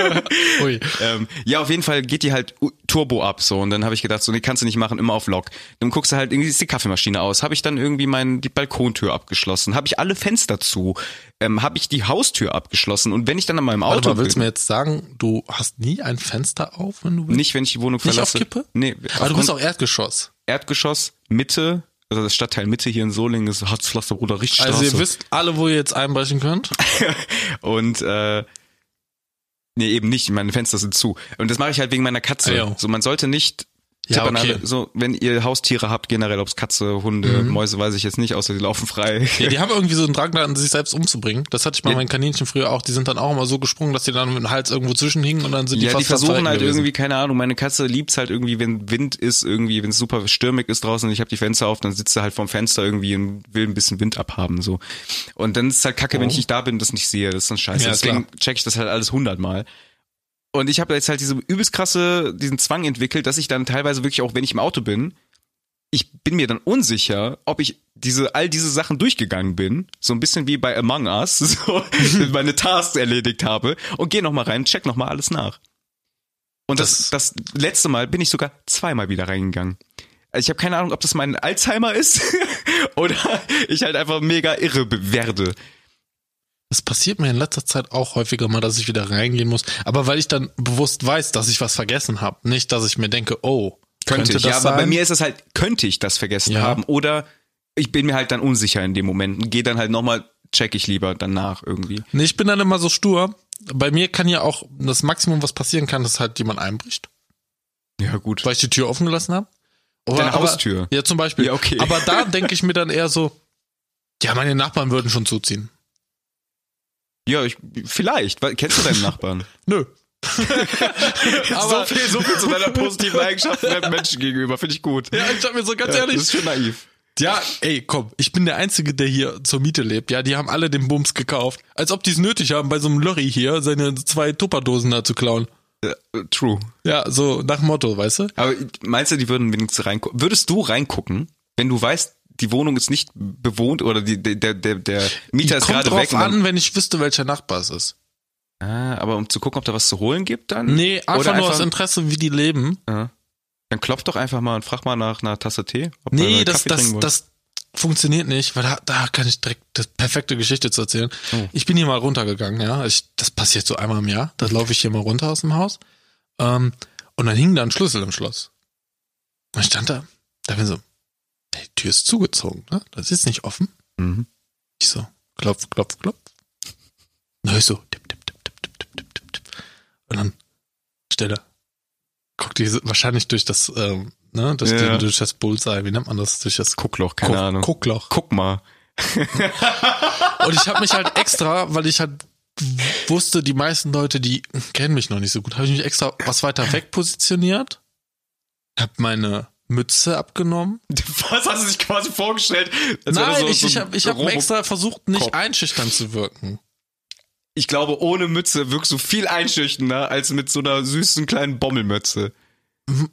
Ui. ähm, ja, auf jeden Fall geht die halt u- Turbo ab so und dann habe ich gedacht, so nee, kannst du nicht machen, immer auf Lock. Dann guckst du halt irgendwie ist die Kaffeemaschine aus, habe ich dann irgendwie mein die Balkontür abgeschlossen, habe ich alle Fenster zu, ähm, habe ich die Haustür abgeschlossen und wenn ich dann an meinem Warte Auto mal, willst du bin, mir jetzt sagen, du hast nie ein Fenster auf, wenn du willst? nicht wenn ich die Wohnung Nicht auf verlasse. Kippe? Nee, Aber du aufgrund- bist auch Erdgeschoss. Erdgeschoss, Mitte, also das Stadtteil Mitte hier in Solingen ist Harzpflaster Bruder Richtstraße. Also ihr wisst alle, wo ihr jetzt einbrechen könnt. Und äh, nee, eben nicht. Meine Fenster sind zu. Und das mache ich halt wegen meiner Katze. Ah, ja. So, man sollte nicht. Ja, tippen, okay. Mhm. alle- So, wenn ihr Haustiere habt, generell, ob's Katze, Hunde, Mäuse, weiß ich jetzt nicht, außer die laufen frei. Ja, die haben irgendwie so einen Drang, daran, sich selbst umzubringen. Das hatte ich bei Ja. meinen Kaninchen früher auch. Die sind dann auch immer so gesprungen, dass die dann mit dem Hals irgendwo zwischenhingen und dann sind die Ja, fast die versuchen verrecken halt gewesen. irgendwie, keine Ahnung, meine Katze liebt's halt irgendwie, wenn Wind ist, irgendwie, wenn es super stürmig ist draußen und ich habe die Fenster auf, dann sitzt sie halt vorm Fenster irgendwie und will ein bisschen Wind abhaben. so. Und dann ist es halt kacke, wenn ich nicht da bin und das nicht sehe. Das ist dann scheiße. Oh. Ja, Deswegen check ich das halt alles hundertmal. Und ich habe jetzt halt diese übelst krasse, diesen Zwang entwickelt, dass ich dann teilweise wirklich auch, wenn ich im Auto bin, ich bin mir dann unsicher, ob ich diese, all diese Sachen durchgegangen bin, so ein bisschen wie bei Among Us, so meine Tasks erledigt habe und gehe nochmal rein, check nochmal alles nach. Und das, das letzte Mal bin ich sogar zweimal wieder reingegangen. Also ich habe keine Ahnung, ob das mein Alzheimer ist oder ich halt einfach mega irre be- werde. Das passiert mir in letzter Zeit auch häufiger mal, dass ich wieder reingehen muss. Aber weil ich dann bewusst weiß, dass ich was vergessen habe. Nicht, dass ich mir denke, oh, könnte, das ja, sein? aber bei mir ist es halt, könnte ich das vergessen Ja. haben oder ich bin mir halt dann unsicher in dem Moment und gehe dann halt nochmal, check ich lieber danach irgendwie. Nee, ich bin dann immer so stur. Bei mir kann ja auch das Maximum, was passieren kann, dass halt jemand einbricht, Ja, gut. weil ich die Tür offen gelassen habe. Deine Haustür? Ja, zum Beispiel. Ja, okay. Aber da denke ich mir dann eher so, ja, meine Nachbarn würden schon zuziehen. Ja, ich, vielleicht. Wa- Kennst du deinen Nachbarn? Nö. so, viel, so viel zu deiner positiven Eigenschaft fremden Menschen gegenüber. Finde ich gut. ja, ich hab mir so ganz Ja, ehrlich. Das ist schon naiv. Ja, ey, komm, ich bin der Einzige, der hier zur Miete lebt. Ja, die haben alle den Bums gekauft. Als ob die es nötig haben, bei so einem Lorry hier seine zwei Tupperdosen da zu klauen. Äh, True. Ja, so nach Motto, weißt du? Aber meinst du, die würden wenigstens reingucken? Würdest du reingucken, wenn du weißt, die Wohnung ist nicht bewohnt oder die, der, der, der- der Mieter ist Kommt gerade drauf weg? ne? und an, wenn ich wüsste, welcher Nachbar es ist. Dann, ah, aber um zu gucken, ob da was zu holen gibt, dann? Nee, einfach oder nur einfach, aus Interesse, wie die leben. Ja. Dann klopf doch einfach mal und frag mal nach einer Tasse Tee. Ob wir Nee, einen das, Kaffee das, trinken wollen. das funktioniert nicht, weil da, da kann ich direkt das perfekte Geschichte zu erzählen. Oh. Ich bin hier mal runtergegangen, ja. Ich, das passiert so einmal im Jahr. Mhm. Da laufe ich hier mal runter aus dem Haus. Ähm, und dann hing da ein Schlüssel im Schloss. Und ich stand da, da bin ich so, hey, die Tür ist zugezogen, ne? Das ist nicht offen. Mhm. Ich so, klopf, klopf, klopf. Na, ich so, tipp, tipp, tipp, tipp, tipp, tipp, tipp, tipp, tipp. Und dann Stelle. Guckt die wahrscheinlich durch das, ähm, ne, durch, Ja. den, durch das Bullseye, wie nennt man das? Durch das Guckloch, keine Guck- Ahnung. Guckloch. Guck mal. Und ich habe mich halt extra, weil ich halt wusste, die meisten Leute, die kennen mich noch nicht so gut, habe ich mich extra was weiter weg positioniert, habe meine Mütze abgenommen. Was hast du dich quasi vorgestellt? Als wäre Nein, so- ich, so ich ein habe ich hab Robo- extra versucht, nicht Kopf. einschüchtern zu wirken. Ich glaube, ohne Mütze wirkst du viel einschüchternder als mit so einer süßen kleinen Bommelmütze.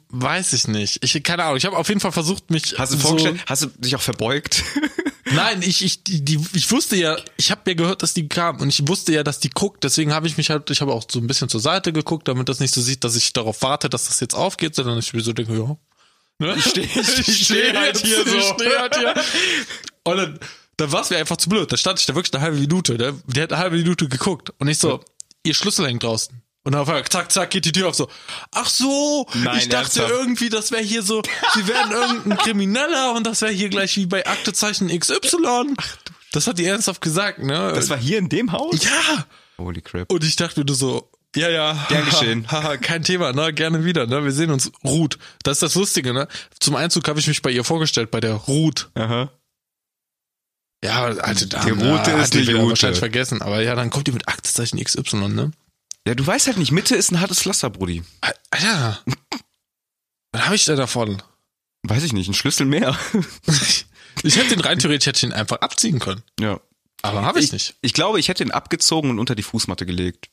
Weiß ich nicht. Ich keine Ahnung. Ich habe auf jeden Fall versucht, mich. Hast du so, vorgestellt, hast du dich auch verbeugt? Nein, ich ich die, die ich wusste ja, ich habe ja gehört, dass die kam und ich wusste ja, dass die guckt. Deswegen habe ich mich halt, ich habe auch so ein bisschen zur Seite geguckt, damit das nicht so sieht, dass ich darauf warte, dass das jetzt aufgeht, sondern ich mir so denke, ja. Ne? Ich steh- ich steh halt hier so. Ich stehe halt hier. Und dann, dann war es mir einfach zu blöd. Da stand ich da wirklich eine halbe Minute. Ne? Die hat eine halbe Minute geguckt und ich so, ihr Schlüssel hängt draußen. Und dann auf einmal, zack, zack, geht die Tür auf so. Ach so, Nein, ich dachte ernsthaft? irgendwie, das wäre hier so, sie werden irgendein Krimineller und das wäre hier gleich wie bei Aktezeichen XY. Das hat die ernsthaft gesagt, ne? Das war hier in dem Haus? ja! Holy crap. Und ich dachte mir nur so, ja, ja. Gern geschehen. Haha, kein Thema, ne? Gerne wieder, ne? Wir sehen uns. Ruth. Das ist das Lustige, ne? Zum Einzug habe ich mich bei ihr vorgestellt, bei der Ruth. Aha. Ja, alte Dame. Die Rute ja, ist hat die die wieder Jute. wahrscheinlich vergessen. Aber ja, dann kommt die mit Aktezeichen XY, ne? Ah, Ja, du weißt halt nicht, Mitte ist ein hartes Pflaster, Brudi. Alter. Was habe ich da davon? Weiß ich nicht, ein Schlüssel mehr. Ich hätte den rein theoretisch hätte ich ihn einfach abziehen können. ja. Aber habe ich nicht. Ich glaube, ich hätte ihn abgezogen und unter die Fußmatte gelegt.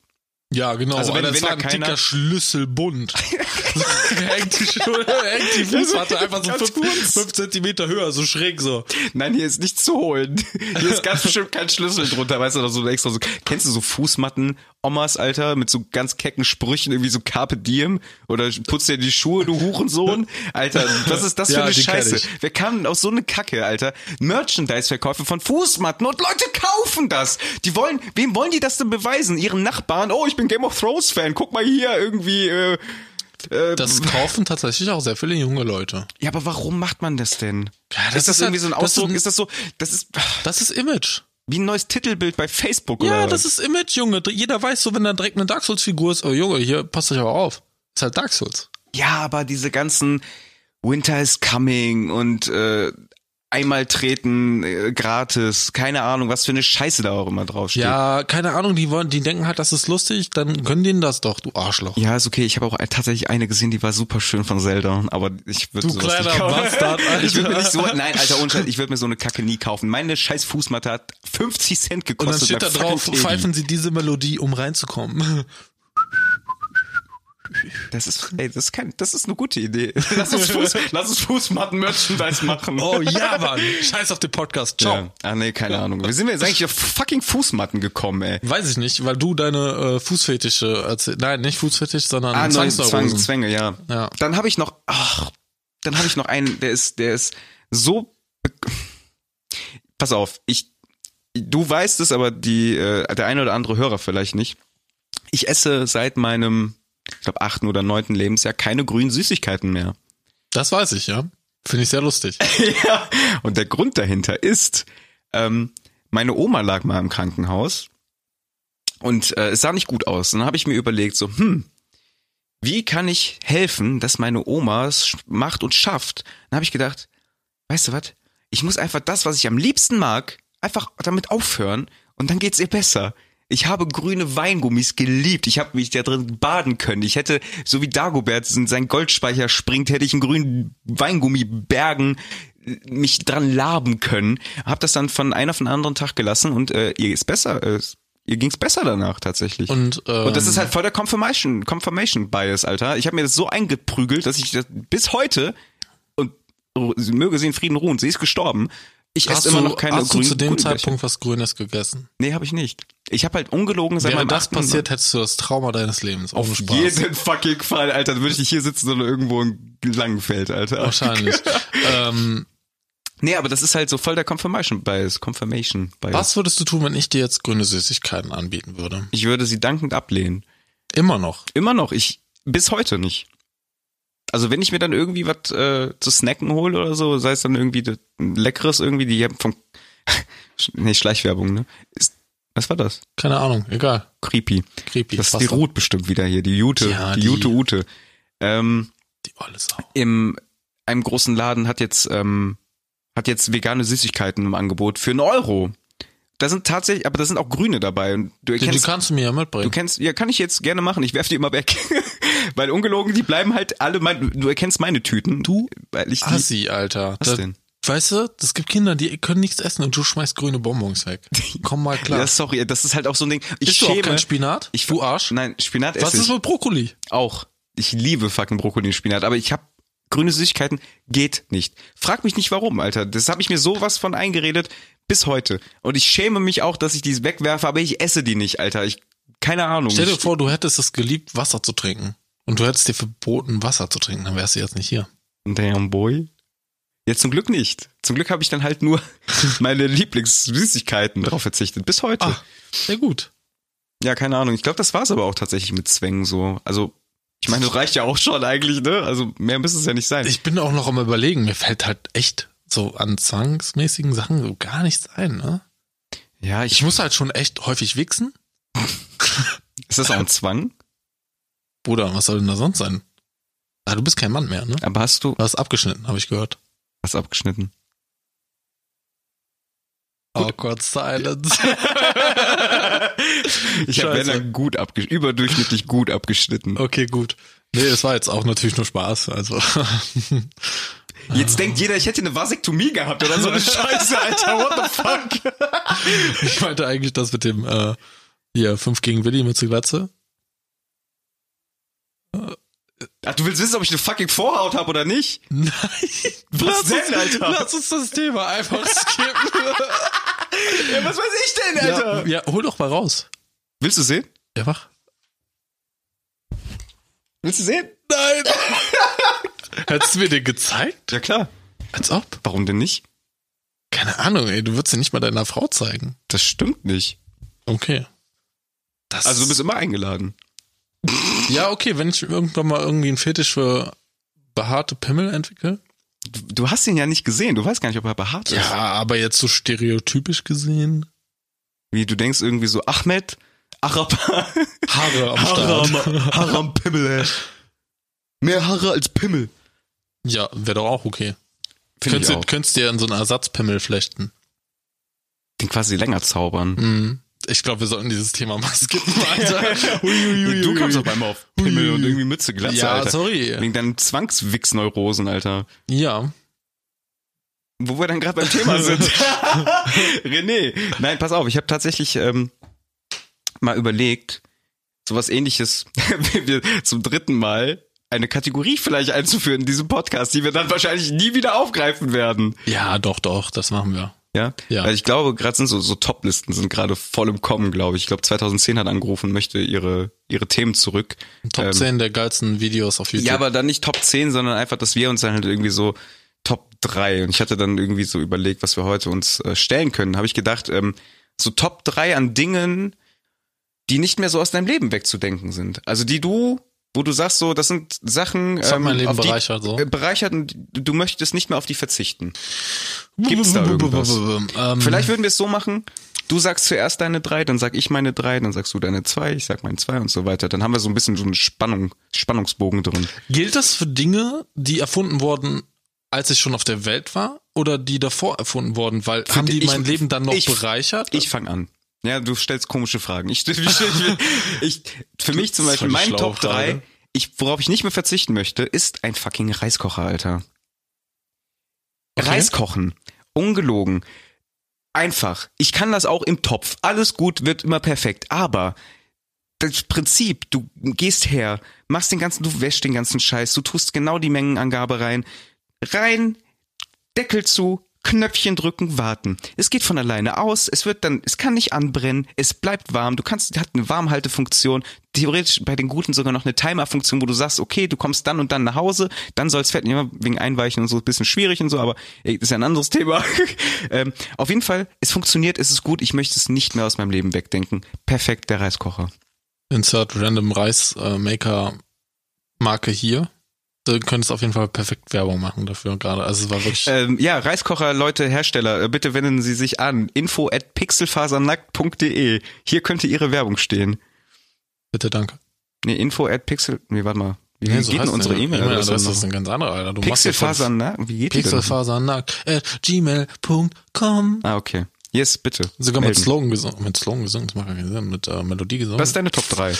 Ja, genau. Also wenn- Alter, wenn es da war ein keiner- dicker Schlüssel bunt. hängt die Schulter, hängt die Fußmatte einfach so Ganz fünf, kurz. fünf Zentimeter höher, so schräg so. Nein, hier ist nichts zu holen. Hier ist ganz bestimmt kein Schlüssel drunter, weißt du, oder so ein extra so. Kennst du so Fußmatten, Omas, Alter, mit so ganz kecken Sprüchen, irgendwie so Carpe Diem oder putz dir die Schuhe, du Hurensohn? Alter, was ist das für Ja, eine die kenn Scheiße? ich. Wer kam denn auf so eine Kacke, Alter? Merchandise-Verkäufe von Fußmatten und Leute kaufen das. Die wollen, wem wollen die das denn beweisen? Ihren Nachbarn? Oh, ich bin Game of Thrones-Fan, guck mal hier irgendwie, äh, äh, Das kaufen tatsächlich auch sehr viele junge Leute. ja, aber warum macht man das denn? Ja, ist das das ist irgendwie halt- so ein das ist Ausdruck? ein- ist das so, das ist, ah. Das ist Image. wie ein neues Titelbild bei Facebook oder Ja, was? das ist Image, Junge. Jeder weiß so, wenn da direkt eine Dark Souls-Figur ist, oh Junge, hier passt euch aber auf. Ist halt Dark Souls. ja, aber diese ganzen Winter is coming und äh, einmal treten äh, gratis, keine Ahnung, was für eine Scheiße da auch immer draufsteht. Ja, keine Ahnung, die wollen, die denken halt, das ist lustig, dann gönn denen das doch, du Arschloch. Ja, ist okay. Ich habe auch tatsächlich eine gesehen, die war super schön von Zelda, aber ich würde Du sowas kleiner nicht kaufen. Bastard, Alter. Ich würde mir nicht so, nein, Alter, ohne Scheiß, ich würde mir so eine Kacke nie kaufen. Meine scheiß Fußmatte hat 50 Cent Und dann gekostet. steht da bei fucking drauf, Teddy. pfeifen sie diese Melodie, um reinzukommen. Das ist, ey, das ist kein, das ist eine gute Idee. Lass uns, Fuß, lass uns Fußmatten-Merchandise machen. Oh ja, Mann. Scheiß auf den Podcast. Ciao. Ja. Ach nee, keine Ahnung. Wie sind wir jetzt eigentlich auf fucking Fußmatten gekommen, ey? Weiß ich nicht, weil du deine äh, Fußfetische erzähl- Nein, nicht Fußfetisch, sondern Ah, neue Zwangsneurosen. Zwang, Zwänge, ja. Ja. Dann habe ich noch, ach, dann habe ich noch einen, der ist, der ist so. be- Pass auf, ich, du weißt es, aber die, äh, der eine oder andere Hörer vielleicht nicht. Ich esse seit meinem, ich glaube, achten oder neunten Lebensjahr keine grünen Süßigkeiten mehr. Das weiß ich, ja. Finde ich sehr lustig. ja. Und der Grund dahinter ist, ähm, meine Oma lag mal im Krankenhaus und äh, es sah nicht gut aus. Und dann habe ich mir überlegt, so, hm, wie kann ich helfen, dass meine Oma es sch- macht und schafft? Dann habe ich gedacht, weißt du was? Ich muss einfach das, was ich am liebsten mag, einfach damit aufhören und dann geht's ihr besser. Ich habe grüne Weingummis geliebt. Ich habe mich da drin baden können. Ich hätte, so wie Dagobert in seinen Goldspeicher springt, hätte ich in grünen Weingummibergen äh, mich dran laben können. Hab das dann von einer auf den anderen Tag gelassen und äh, ihr ist besser. Äh, ihr ging's besser danach tatsächlich. Und, ähm, und das ist halt voll der Confirmation, Confirmation Bias, Alter. Ich habe mir das so eingeprügelt, dass ich das bis heute und ru- möge sie in Frieden ruhen. Sie ist gestorben. Ich hast esse immer du, noch keine hast du grünen zu dem Gummibärchen. Zeitpunkt was Grünes gegessen? Nee, habe ich nicht. Ich habe halt ungelogen seit Wäre meinem das achten- passiert, hättest du das Trauma deines Lebens. Ohne Auf Spaß. jeden fucking Fall, Alter. Dann würde ich nicht hier sitzen, sondern irgendwo in Langenfeld, Alter. Wahrscheinlich. ähm, Nee, aber das ist halt so voll der Confirmation Bias. Confirmation Bias. was würdest du tun, wenn ich dir jetzt grüne Süßigkeiten anbieten würde? Ich würde sie dankend ablehnen. Immer noch. Immer noch. Ich bis heute nicht. Also wenn ich mir dann irgendwie was äh, zu snacken hole oder so, sei es dann irgendwie das- ein leckeres irgendwie, die haben von nee, Schleichwerbung, ne? Ist, was war das? Keine Ahnung, egal. Creepy. Creepy. Das ist Passt die doch. Ruth bestimmt wieder hier, die Jute, Ja, die, die- Jute Ute. Ähm, Die olle Sau. im einem großen Laden hat jetzt ähm, hat jetzt vegane Süßigkeiten im Angebot für einen Euro. Da sind tatsächlich, aber da sind auch Grüne dabei und du Die, die erkennst kannst du mir ja Du mitbringen. kennst, ja, kann ich jetzt gerne machen. Ich werf die immer weg. Weil ungelogen, die bleiben halt alle, mein, du erkennst meine Tüten. Du? Weil ich die, Assi, Alter. Was Da- denn? Weißt du, es gibt Kinder, die können nichts essen und du schmeißt grüne Bonbons weg. Komm mal klar. ja, sorry, das ist halt auch so ein Ding. Ich Isst du auch schäme. kein Spinat? Ich, Du Arsch? Nein, Spinat Was esse ist ich mit Brokkoli? auch. Ich liebe fucking Brokkoli und Spinat, aber ich hab grüne Süßigkeiten geht nicht. Frag mich nicht warum, Alter. Das habe ich mir sowas von eingeredet bis heute. Und ich schäme mich auch, dass ich die wegwerfe, aber ich esse die nicht, Alter. Ich keine Ahnung. Stell dir Ich- vor, du hättest es geliebt, Wasser zu trinken. Und du hättest dir verboten, Wasser zu trinken, dann wärst du jetzt nicht hier. Damn boy. Ja, zum Glück nicht. Zum Glück habe ich dann halt nur meine Lieblingssüßigkeiten drauf verzichtet. Bis heute. Ah, sehr gut. Ja, keine Ahnung. Ich glaube, das war es aber auch tatsächlich mit Zwängen so. Also, ich meine, das reicht ja auch schon eigentlich, ne? Also, mehr müsste es ja nicht sein. Ich bin auch noch am überlegen, mir fällt halt echt so an zwangsmäßigen Sachen so gar nichts ein, ne? ja, Ich muss halt schon echt häufig wichsen. Ist das auch ein Zwang? Bruder, was soll denn da sonst sein? Ah, du bist kein Mann mehr, ne? Aber hast du Du hast abgeschnitten, habe ich gehört. was abgeschnitten? Awkward Silence. Ich Oh. habe Scheiße. Werner gut abgeschnitten, überdurchschnittlich gut abgeschnitten. Okay, gut. Nee, das war jetzt auch natürlich nur Spaß. Also Jetzt denkt jeder, ich hätte eine Vasektomie gehabt oder so eine Scheiße, Alter. What the fuck? ich meinte eigentlich das mit dem äh, hier, 5 gegen Willi mit zu Glatze. Ach, du willst wissen, ob ich eine fucking Vorhaut habe oder nicht? Nein. Was denn, uns, Alter? lass uns das Thema einfach skippen. Ja, was weiß ich denn, ja, ja, hol doch mal raus. Willst du sehen? Ja, wach. Willst du sehen? Nein. Hättest du mir den gezeigt? Ja, klar. Als ob. Warum denn nicht? Keine Ahnung, ey, du würdest ihn nicht mal deiner Frau zeigen. Das stimmt nicht. Okay. Das Also du bist immer eingeladen. ja, okay, wenn ich irgendwann mal irgendwie einen Fetisch für behaarte Pimmel entwickle. Du, du hast ihn ja nicht gesehen. Du weißt gar nicht, ob er behaart ist. Ja, aber jetzt so stereotypisch gesehen. Wie du denkst irgendwie so, Ahmed, Arapa, Haare am Haram Pimmel, ey. Mehr Haare als Pimmel. Ja, wäre doch auch okay. Finde ich Könntest, du- auch. könntest dir in so einen Ersatzpimmel flechten. Den quasi länger zaubern. Mhm. Ich glaube, wir sollten dieses Thema mal skippen, Alter. Uiuiui. du kommst auf einmal auf Pimmel und irgendwie Mütze, Glatze, Ja, Alter. sorry. Wegen deinen Zwangswichsneurosen, Alter. Ja. Wo wir dann gerade beim Thema sind. René. Nein, pass auf, ich habe tatsächlich ähm, mal überlegt, sowas ähnliches, wie wir zum dritten Mal eine Kategorie vielleicht einzuführen in diesem Podcast, die wir dann wahrscheinlich nie wieder aufgreifen werden. Ja, doch, doch, das machen wir. Ja. Ja. Weil ich glaube, gerade sind so, so Top-Listen sind gerade voll im Kommen, glaube ich. Ich glaube, 2010 hat angerufen, möchte ihre, ihre Themen zurück. Top Ähm, 10 der geilsten Videos auf YouTube. Ja, aber dann nicht Top 10, sondern einfach, dass wir uns dann halt irgendwie so Top 3. Und ich hatte dann irgendwie so überlegt, was wir heute uns äh, stellen können. Habe ich gedacht, ähm, so Top 3 an Dingen, die nicht mehr so aus deinem Leben wegzudenken sind. Also die du, wo du sagst so, das sind Sachen, ähm, Das hat mein Leben auf die- bereichert, so. Mhm. äh, bereichert und du möchtest nicht mehr auf die verzichten. Gibt's da irgendwas? Ähm, Vielleicht würden wir es so machen. Du sagst zuerst deine drei, dann sag ich meine drei, dann sagst du deine zwei, ich sag meine zwei und so weiter. Dann haben wir so ein bisschen so einen Spannung, Spannungsbogen drin. gilt das für Dinge, die erfunden wurden, als ich schon auf der Welt war? Oder die davor erfunden wurden? Weil haben die ich- mein Leben dann noch ich- bereichert? Ich fange an. Ja, du stellst komische Fragen. Ich, ich, ich, ich für mich zum Das ist Beispiel voll die mein schlaue Top Frage. 3, ich, worauf ich nicht mehr verzichten möchte, ist ein fucking Reiskocher, Alter. Okay. Reiskochen. Ungelogen. Einfach. Ich kann das auch im Topf. Alles gut, wird immer perfekt. Aber das Prinzip, du gehst her, machst den ganzen, du wäschst den ganzen Scheiß, du tust genau die Mengenangabe rein. Rein, Deckel zu, Knöpfchen drücken, warten. Es geht von alleine aus, es wird dann, es kann nicht anbrennen, es bleibt warm, du kannst, hat eine Warmhaltefunktion, theoretisch bei den guten sogar noch eine Timerfunktion, wo du sagst, okay, du kommst dann und dann nach Hause, dann soll es fett, ja, wegen Einweichen und so, ein bisschen schwierig und so, aber ey, das ist ja ein anderes Thema. ähm, auf jeden Fall, es funktioniert, es ist gut, ich möchte es nicht mehr aus meinem Leben wegdenken. Perfekt, der Reiskocher. Insert Random Rice äh, Maker Marke hier. Du könntest auf jeden Fall perfekt Werbung machen dafür gerade. Also es war wirklich. Ähm, ja, Reiskocher, Leute, Hersteller, äh, bitte wenden Sie sich an. Info at pixelfasernackt.de. Hier könnte Ihre Werbung stehen. bitte danke. Nee, info at pixel. Nee, warte mal. Wie Nee, geht so denn heißt unsere deine E-Mail-Adresse? E-Mail-Adresse? Das ist ein ganz anderer, Alter. Du machst hier voll- Pixelfasernackt? ne? Wie geht die denn? Pixelfasernackt at gmail.com. Ah, okay. Yes, bitte. Sogar mit Melden. Slogan gesungen. Mit Slogan gesungen, das macht gar keinen Sinn. Mit äh, Melodie gesungen. Was ist deine Top 3?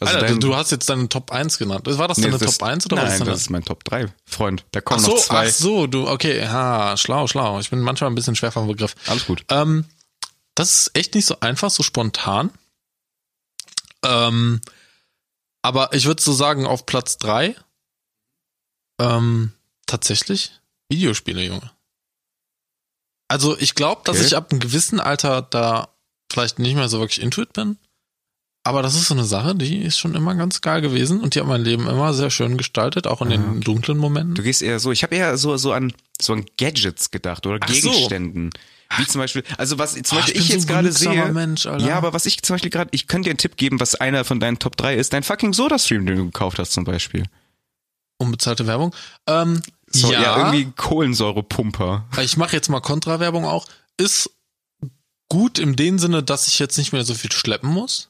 Alter, dein- du, du hast jetzt deine Top 1 genannt. War das nee, deine das- Top 1 oder nein, was Nein, das das? ist mein Top 3. Freund, da Ach kommen so, noch ach zwei. so, du, okay, ha, schlau, schlau. Ich bin manchmal ein bisschen schwer vom Begriff. Alles gut. Ähm, das ist echt nicht so einfach, so spontan. Ähm, aber ich würde so sagen, auf Platz 3, ähm, tatsächlich Videospiele, Junge. Also ich glaube, dass Okay. ich ab einem gewissen Alter da vielleicht nicht mehr so wirklich intuit bin. Aber das ist so eine Sache, die ist schon immer ganz geil gewesen und die hat mein Leben immer sehr schön gestaltet, auch in Ah, den okay. dunklen Momenten. Ah, Du gehst eher so, ich habe eher so, so an so an Gadgets gedacht oder Ach so. Gegenständen. Wie zum Beispiel, also was zum Ah, Beispiel bin ich so ein jetzt gerade genügsamer sehe, Mensch, Alter. Ja, aber was ich zum Beispiel gerade, ich könnte dir einen Tipp geben, was einer von deinen Top 3 ist. Dein fucking Soda-Stream, den du gekauft hast zum Beispiel. Unbezahlte Werbung. Ähm, So, ja. ja, irgendwie Kohlensäurepumper. ich mache jetzt mal Kontrawerbung auch. Ist gut in dem Sinne, dass ich jetzt nicht mehr so viel schleppen muss.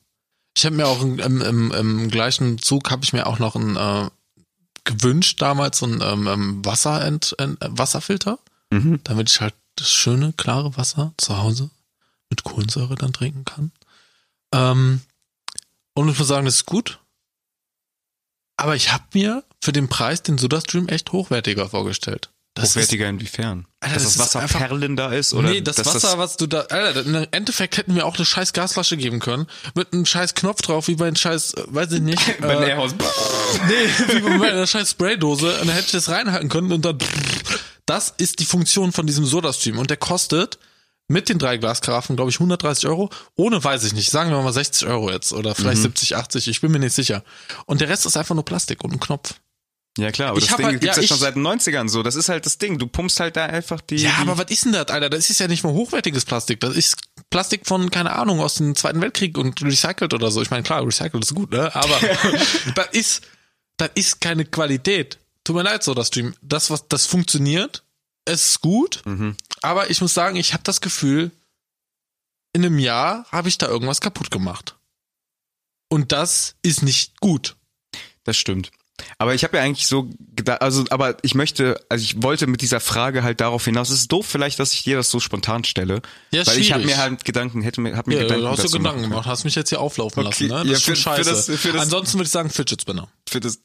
Ich habe mir auch im, im, im, im gleichen Zug habe ich mir auch noch ein äh, gewünscht damals so ein ähm, ähm, Wasser ent, ent, äh, Wasserfilter, Mhm. damit ich halt das schöne klare Wasser zu Hause mit Kohlensäure dann trinken kann. Ähm, und ich muss sagen, das ist gut. Aber ich habe mir für den Preis den SodaStream echt hochwertiger vorgestellt. Das ist, Hochwertiger inwiefern? Alter, dass das das ist Wasser einfach- perlender ist? Oder nee, das dass Wasser, was du da. Alter, im Endeffekt hätten wir auch eine scheiß Gasflasche geben können. Mit einem scheiß Knopf drauf, wie bei einem scheiß, äh, weiß ich nicht. Das, beim äh, Leerhaus. Nee, wie bei einer scheiß Spraydose. Und dann hätte ich das reinhalten können und dann. Das ist die Funktion von diesem Sodastream. Und der kostet mit den drei Glaskaraffeln, glaube ich, 130 Euro. Ohne weiß ich nicht. Sagen wir mal 60 Euro jetzt. Oder vielleicht Mhm. 70, 80. Ich bin mir nicht sicher. Und der Rest ist einfach nur Plastik und ein Knopf. Ja klar, aber Ich das hab Ding halt- gibt's ja, ja, schon ich- seit den 90ern so. Das ist halt das Ding. Du pumpst halt da einfach die. Ja, die, aber was ist denn das, Alter? Das ist ja nicht mal hochwertiges Plastik. Das ist Plastik von, keine Ahnung, aus dem Zweiten Weltkrieg und recycelt oder so. Ich meine, klar, recycelt ist gut, ne? Aber das ist, das ist keine Qualität. Tut mir leid, so das Stream. Das, was, das funktioniert. Es ist gut. Mhm. Aber ich muss sagen, ich habe das Gefühl, in einem Jahr habe ich da irgendwas kaputt gemacht. Und das ist nicht gut. Das stimmt. Aber ich habe ja eigentlich so gedacht, also, aber ich möchte, also ich wollte mit dieser Frage halt darauf hinaus. Es ist doof vielleicht, dass ich dir das so spontan stelle. Ja, ist weil ich habe schwierig. mir halt Gedanken, hätte mir, hab mir Ja, Gedanken du hast dir dazu Gedanken machen gemacht, hast mich jetzt hier auflaufen Okay, lassen, ne? Das ja, ist schon für- für scheiße. das- für das- Ansonsten würde ich sagen, Fidget Spinner. Für das,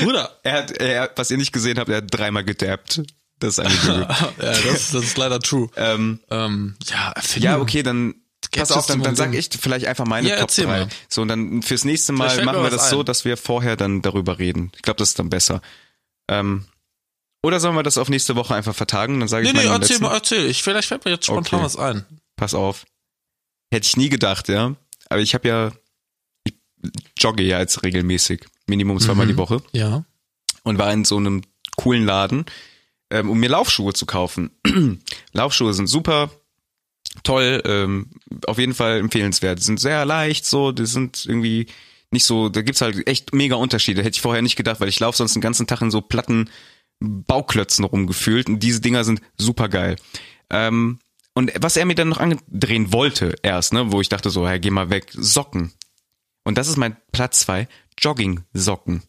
Bruder, er hat, er, hat- was ihr nicht gesehen habt, er hat dreimal gedappt. Das ist eigentlich gut. ja, das, das ist leider true. ähm, Ähm, ja, Erfindung. Ja, okay, dann Gadgets pass auf, dann, dann zum sag ich vielleicht einfach meine Ja, Top erzähl 3. mal. So, und dann fürs nächste Vielleicht Mal fällt machen mir wir was das so, ein. dass wir vorher dann darüber reden. Ich glaube, das ist dann besser. Ähm, oder sollen wir das auf nächste Woche einfach vertagen? Dann sage Nee, ich nee, meinen erzähl letzten. mal, erzähl. Ich, vielleicht fällt mir jetzt spontan Okay. was ein. Pass auf. Hätte ich nie gedacht, ja. Aber ich habe ja, ich jogge ja jetzt regelmäßig. Minimum zweimal Mhm. die Woche. Ja. und war in so einem coolen Laden, ähm, um mir Laufschuhe zu kaufen. Laufschuhe sind super, toll, ähm, auf jeden Fall empfehlenswert. Die sind sehr leicht, so, die sind irgendwie nicht so, da gibt's halt echt mega Unterschiede. Hätte ich vorher nicht gedacht, weil ich laufe sonst den ganzen Tag in so platten Bauklötzen rumgefühlt und diese Dinger sind super geil. Ähm, und was er mir dann noch angedrehen wollte erst, ne, wo ich dachte so, hey, geh mal weg, Socken. Und das ist mein Platz zwei Jogging-Socken.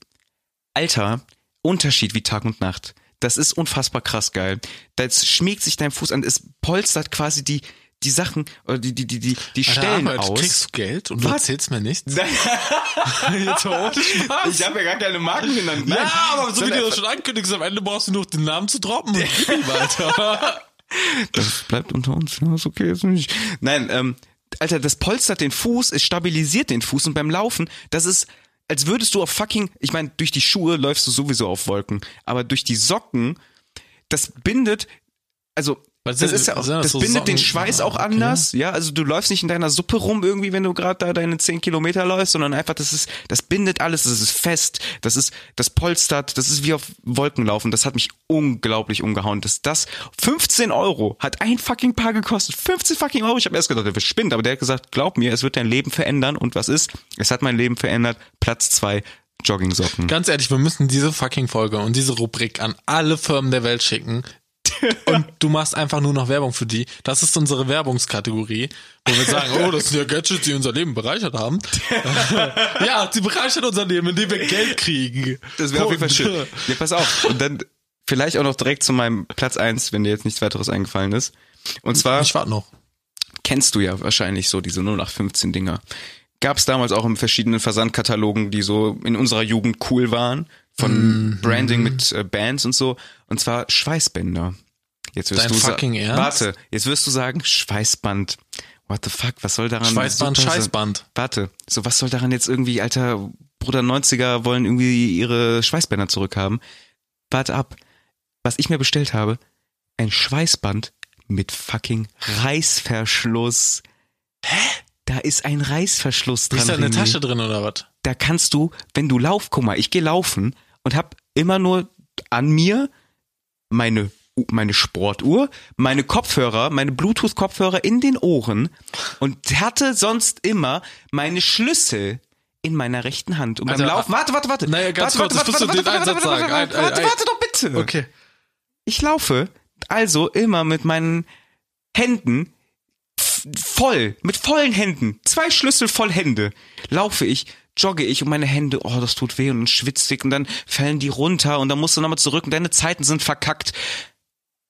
Alter, Unterschied wie Tag und Nacht. Das ist unfassbar krass geil. Das schmiegt sich dein Fuß an, es polstert quasi die, die Sachen, oder die, die, die, die, die Stellen Arbeit, aus. Kriegst du Geld und du Was? erzählst mir nichts? jetzt ohne Spaß. ich habe ja gar keine Marken genannt. Nein. ja, aber so wie Sondern du das schon ankündigst, am Ende brauchst du nur den Namen zu droppen und gib ihm weiter. das bleibt unter uns. Ja, ist okay, ist nicht. Nein, ähm, Alter, das polstert den Fuß, es stabilisiert den Fuß und beim Laufen, das ist, als würdest du auf fucking, ich meine, durch die Schuhe läufst du sowieso auf Wolken, aber durch die Socken, das bindet, also Was das sind- ist ja auch, sind das das so bindet den Socken? Schweiß Ah, auch okay. anders, ja, also du läufst nicht in deiner Suppe rum irgendwie, wenn du gerade da deine 10 Kilometer läufst, sondern einfach, das ist, das bindet alles, das ist fest, das ist, das polstert, das ist wie auf Wolken laufen, das hat mich unglaublich umgehauen, dass das 15 Euro hat ein fucking Paar gekostet, 15 fucking Euro, ich habe erst gedacht, der spinnt, aber der hat gesagt, glaub mir, es wird dein Leben verändern und was ist, es hat mein Leben verändert, Platz zwei Joggingsocken. Ganz ehrlich, wir müssen diese fucking Folge und diese Rubrik an alle Firmen der Welt schicken. Und du machst einfach nur noch Werbung für die. Das ist unsere Werbungskategorie, wo wir sagen, oh, das sind ja Gadgets, die unser Leben bereichert haben. ja, die bereichern unser Leben, indem wir Geld kriegen. Das wäre auf jeden Fall Und, schön. Ja, pass auf. Und dann vielleicht auch noch direkt zu meinem Platz eins, wenn dir jetzt nichts weiteres eingefallen ist. Und äh, zwar Ich warte noch. kennst du ja wahrscheinlich so diese 0815 Dinger. Gab es damals auch in verschiedenen Versandkatalogen, die so in unserer Jugend cool waren, von Mm. Branding mit äh, Bands und so. Und zwar Schweißbänder. Jetzt wirst Dein du sa- fucking Ernst? Warte, jetzt wirst du sagen, Schweißband. What the fuck? Was soll daran Schweißband, super sein? Scheißband. Warte, so was soll daran jetzt irgendwie, alter Bruder 90er wollen irgendwie ihre Schweißbänder zurückhaben? Warte ab. Was ich mir bestellt habe, ein Schweißband mit fucking Reißverschluss. Hä? Da ist ein Reißverschluss dran. Ist da eine René. Tasche drin oder was? Da kannst du, wenn du lauf, guck mal, ich gehe laufen und hab immer nur an mir meine meine Sportuhr, meine Kopfhörer, meine Bluetooth-Kopfhörer in den Ohren und hatte sonst immer meine Schlüssel in meiner rechten Hand. Und beim Alter, Laufen, warte, warte, warte. Also, ah, Naja, ganz warte, kurz, jetzt musst du den Einsatz warte, sagen. warte, Ei, ei, warte, ei. warte doch bitte. Okay. Ich laufe also immer mit meinen Händen f- voll, mit vollen Händen, zwei Schlüssel voll Hände, laufe ich, jogge ich und meine Hände, oh, das tut weh und dann schwitzt dick und dann fallen die runter und dann musst du nochmal zurück und deine Zeiten sind verkackt.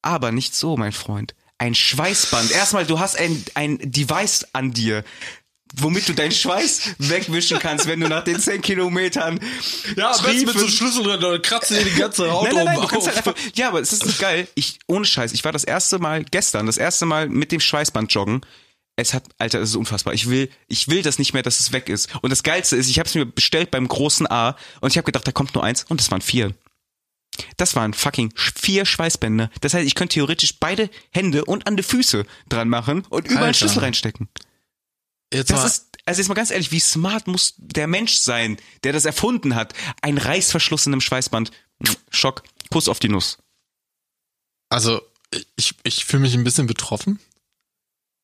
Aber nicht so, mein Freund. Ein Schweißband. Erstmal, du hast ein, ein Device an dir. womit du deinen Schweiß wegwischen kannst, wenn du nach den 10 Kilometern Ja, am besten mit triefend- so einem Schlüssel drin, dann kratzt dir die ganze Haut Nein, nein, nein, du oben kannst halt auf. einfach, ja, aber es ist nicht geil. Ich, ohne Scheiß, ich war das erste Mal gestern, das erste Mal mit dem Schweißband joggen. Es hat, Alter, es ist unfassbar. Ich will, ich will das nicht mehr, dass es weg ist. Und das Geilste ist, ich habe es mir bestellt beim großen A und ich habe gedacht, da kommt nur eins und das waren vier. Das waren fucking sch- vier Schweißbänder. Das heißt, ich könnte theoretisch beide Hände und an die Füße dran machen und überall einen Alter. Schlüssel reinstecken. Jetzt Das mal, ist, also jetzt mal ganz ehrlich, wie smart muss der Mensch sein, der das erfunden hat? Ein Reißverschluss in einem Schweißband. Schock. Kuss auf die Nuss. also ich, ich fühle mich ein bisschen betroffen,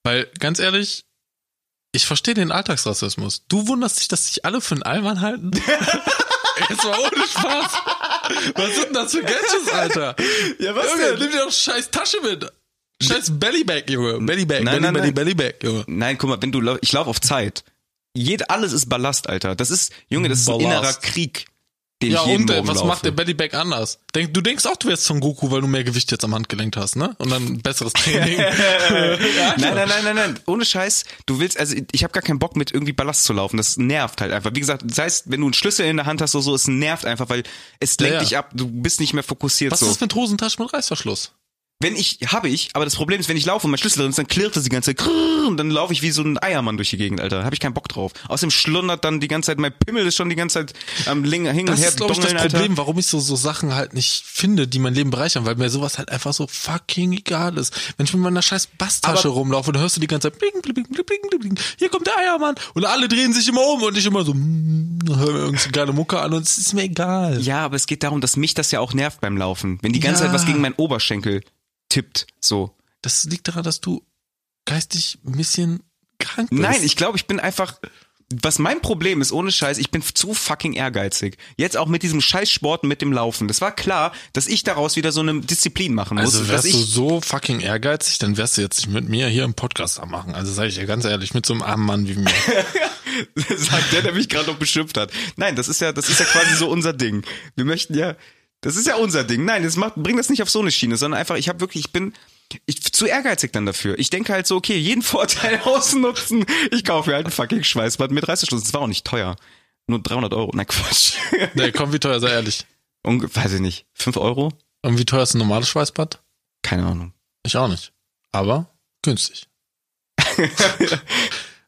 weil ganz ehrlich, ich verstehe den Alltagsrassismus. Du wunderst dich, dass dich alle für einen Allmann halten? Jetzt mal ohne Spaß. Was sind denn das für Gadgets, Alter? Ja, Junge, nimm dir doch scheiß Tasche mit. Scheiß Bellybag, Junge. Bellybag, Nein, Belly, nein, Belly, nein. Bellybag, Junge. Nein, guck mal, wenn du, lau- ich laufe auf Zeit. Jed, alles ist Ballast, Alter. Das ist, Junge, das ist ein Ballast. innerer Krieg, den Ja, ich jeden und äh, Morgen was laufe. macht der Bellybag anders? Denk, du denkst auch, du wärst Son Goku, weil du mehr Gewicht jetzt am Handgelenk hast, ne? Und dann ein besseres Training. ja, Nein, nein, nein, nein, nein. Ohne Scheiß. Du willst, also ich habe gar keinen Bock mit irgendwie Ballast zu laufen. Das nervt halt einfach. Wie gesagt, das heißt, wenn du einen Schlüssel in der Hand hast oder so, es nervt einfach, weil es lenkt Ja, ja. dich ab. Du bist nicht mehr fokussiert Was so. ist mit Hosentaschen mit Reißverschluss? Wenn ich, habe ich, aber das Problem ist, wenn ich laufe und mein Schlüssel drin ist, dann klirrt das die ganze Zeit krrrr, und dann laufe ich wie so ein Eiermann durch die Gegend, Alter. Habe ich keinen Bock drauf. Außerdem schlundert dann die ganze Zeit, mein Pimmel ist schon die ganze Zeit am Ling- hin und Das her ist, glaube ich, das dongeln, Alter. Problem, warum ich so, so Sachen halt nicht finde, die mein Leben bereichern, weil mir sowas halt einfach so fucking egal ist. Wenn ich mit meiner scheiß Basstasche rumlaufe, dann hörst du die ganze Zeit bling, bling, bling, bling, bling, bling, hier kommt der Eiermann und alle drehen sich immer um und ich immer so, mm, hör mir irgendeine geile Mucke an und es ist mir egal. Ja, aber es geht darum, dass mich das ja auch nervt beim Laufen. Wenn die ganze Ja. Zeit was gegen meinen Oberschenkel tippt, so. Das liegt daran, dass du geistig ein bisschen krank bist. Nein, ich glaube, ich bin einfach. Was mein Problem ist, ohne Scheiß, ich bin zu fucking ehrgeizig. Jetzt auch mit diesem Scheißsport und mit dem Laufen. Das war klar, dass ich daraus wieder so eine Disziplin machen muss. Also dass wärst ich, du so fucking ehrgeizig, dann wärst du jetzt nicht mit mir hier im Podcast am machen. Also sage ich dir ganz ehrlich, mit so einem armen Mann wie mir. sagt der, der mich gerade noch beschimpft hat. Nein, das ist ja, das ist ja quasi so unser Ding. Wir möchten ja, das ist ja unser Ding. Nein, das macht, bring das nicht auf so eine Schiene, sondern einfach, ich habe wirklich, ich bin ich, zu ehrgeizig dann dafür. Ich denke halt so, okay, jeden Vorteil ausnutzen. Ich kaufe mir halt ein fucking Schweißband mit 30 Stunden. Das war auch nicht teuer. Nur 300 Euro. Na Quatsch. Nee, komm, wie teuer, sei ehrlich. Unge weiß ich nicht. 5 Euro? Und wie teuer ist ein normales Schweißbad? Keine Ahnung. Ich auch nicht. Aber günstig.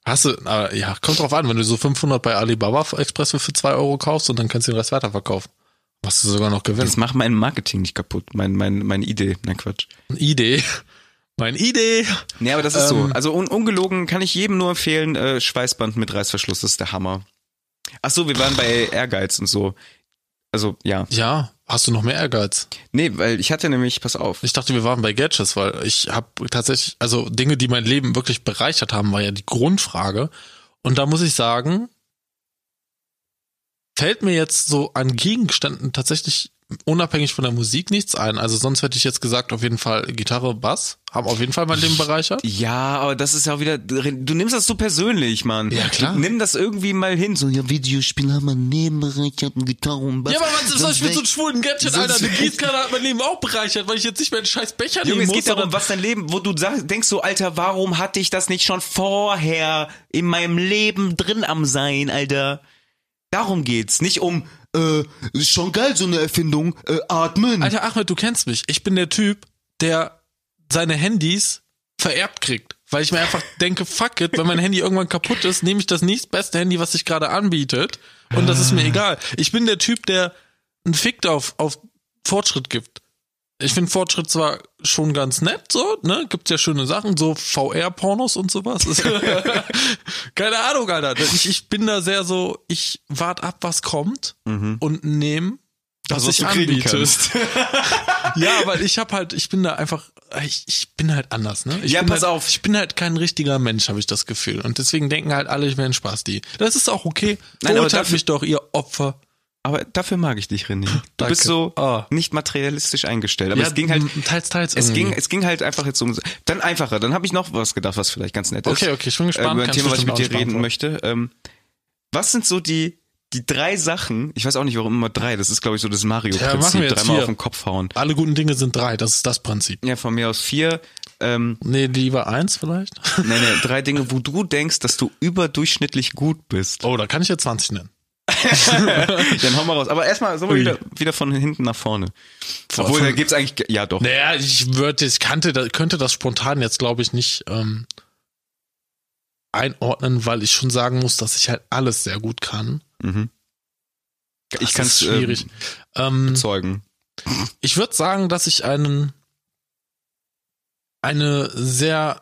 Hast du, aber ja, kommt drauf an, wenn du so 500 bei Alibaba Express für 2 Euro kaufst und dann kannst du den Rest weiterverkaufen. Machst du sogar noch Gewinn. Das macht mein Marketing nicht kaputt. Mein, mein, meine Idee. Na Quatsch. Idee. Meine Idee. Nee, aber das ist Ähm. so. Also un ungelogen kann ich jedem nur empfehlen, äh, Schweißband mit Reißverschluss, das ist der Hammer. Ach so, wir waren bei Ehrgeiz und so. Also, ja. Ja, hast du noch mehr Ehrgeiz? Nee, weil ich hatte nämlich, pass auf. Ich dachte, wir waren bei Gadgets, weil ich habe tatsächlich, also Dinge, die mein Leben wirklich bereichert haben, war ja die Grundfrage. Und da muss ich sagen, fällt mir jetzt so an Gegenständen tatsächlich unabhängig von der Musik nichts ein. Also sonst hätte ich jetzt gesagt, auf jeden Fall Gitarre, Bass, haben auf jeden Fall mein Leben bereichert. Ja, aber das ist ja auch wieder, du nimmst das so persönlich, Mann. Ja, klar. Nimm das irgendwie mal hin. So, ja, Videospiel haben wir Nebenbereich, ich hab eine Gitarre und Bass. Sonst weg. schwulen Gadget, Sonst weg. hat mein Leben auch bereichert, weil ich jetzt nicht mehr einen scheiß Becher Junge, es geht um darum, sondern- was dein Leben, wo du sag, denkst so, Alter, warum hatte ich das nicht schon vorher in meinem Leben drin am Sein, Alter? Darum geht's, nicht um, äh, ist schon geil, so eine Erfindung, äh, atmen. Alter Ahmed, du kennst mich. Ich bin der Typ, der seine Handys vererbt kriegt. Weil ich mir einfach denke, fuck it, wenn mein Handy irgendwann kaputt ist, nehme ich das nächstbeste Handy, was sich gerade anbietet. Und das Ah. ist mir egal. Ich bin der Typ, der einen Fick auf, auf Fortschritt gibt. Ich finde Fortschritt zwar schon ganz nett, so, ne? Gibt ja schöne Sachen, so VR-Pornos und sowas. Keine Ahnung, Alter. Ich, ich bin da sehr so, ich warte ab, was kommt und nehme, was, Mhm. Also, was ich du kriegen anbietest. Ja, weil ich hab halt, ich bin da einfach, ich, ich bin halt anders, ne? Ich Ja, bin pass halt, auf. Ich bin halt kein richtiger Mensch, habe ich das Gefühl. Und deswegen denken halt alle, ich wäre ein Spaß, die. Das ist auch okay. Nein, aber Verurteilt dafür- mich doch, ihr Opfer. Aber dafür mag ich dich, René. Du Danke. bist so Ah. nicht materialistisch eingestellt. Aber Ja, es ging halt, m- teils, teils es irgendwie. ging, es ging halt einfach jetzt um, dann einfacher. Dann habe ich noch was gedacht, was vielleicht ganz nett ist. Okay, okay, ich bin gespannt. äh, über ein Kannst Thema, was ich mit bestimmt dir auch nicht reden möchte. Ähm, was sind so die, die drei Sachen, ich weiß auch nicht, warum immer drei, das ist glaube ich so das Ja, machen wir Mario-Prinzip, jetzt dreimal vier. auf den Kopf hauen. Alle guten Dinge sind drei, das ist das Prinzip. Ja, von mir aus vier. Ähm, Nee, lieber eins vielleicht. nee, nee, drei Dinge, wo du denkst, dass du überdurchschnittlich gut bist. Oh, da kann ich ja 20 nennen. Dann hau mal raus. Aber erstmal so mal Oh. Ui. wieder, wieder von hinten nach vorne. Obwohl, von- da gibt's eigentlich, ja doch. Naja, ich würde, ich kannte, da- könnte das spontan jetzt, glaube ich, nicht ähm, einordnen, weil ich schon sagen muss, dass ich halt alles sehr gut kann. Mhm. Das Ich ähm, kann es ist schwierig. Ähm, bezeugen. ich würde sagen, dass ich einen eine sehr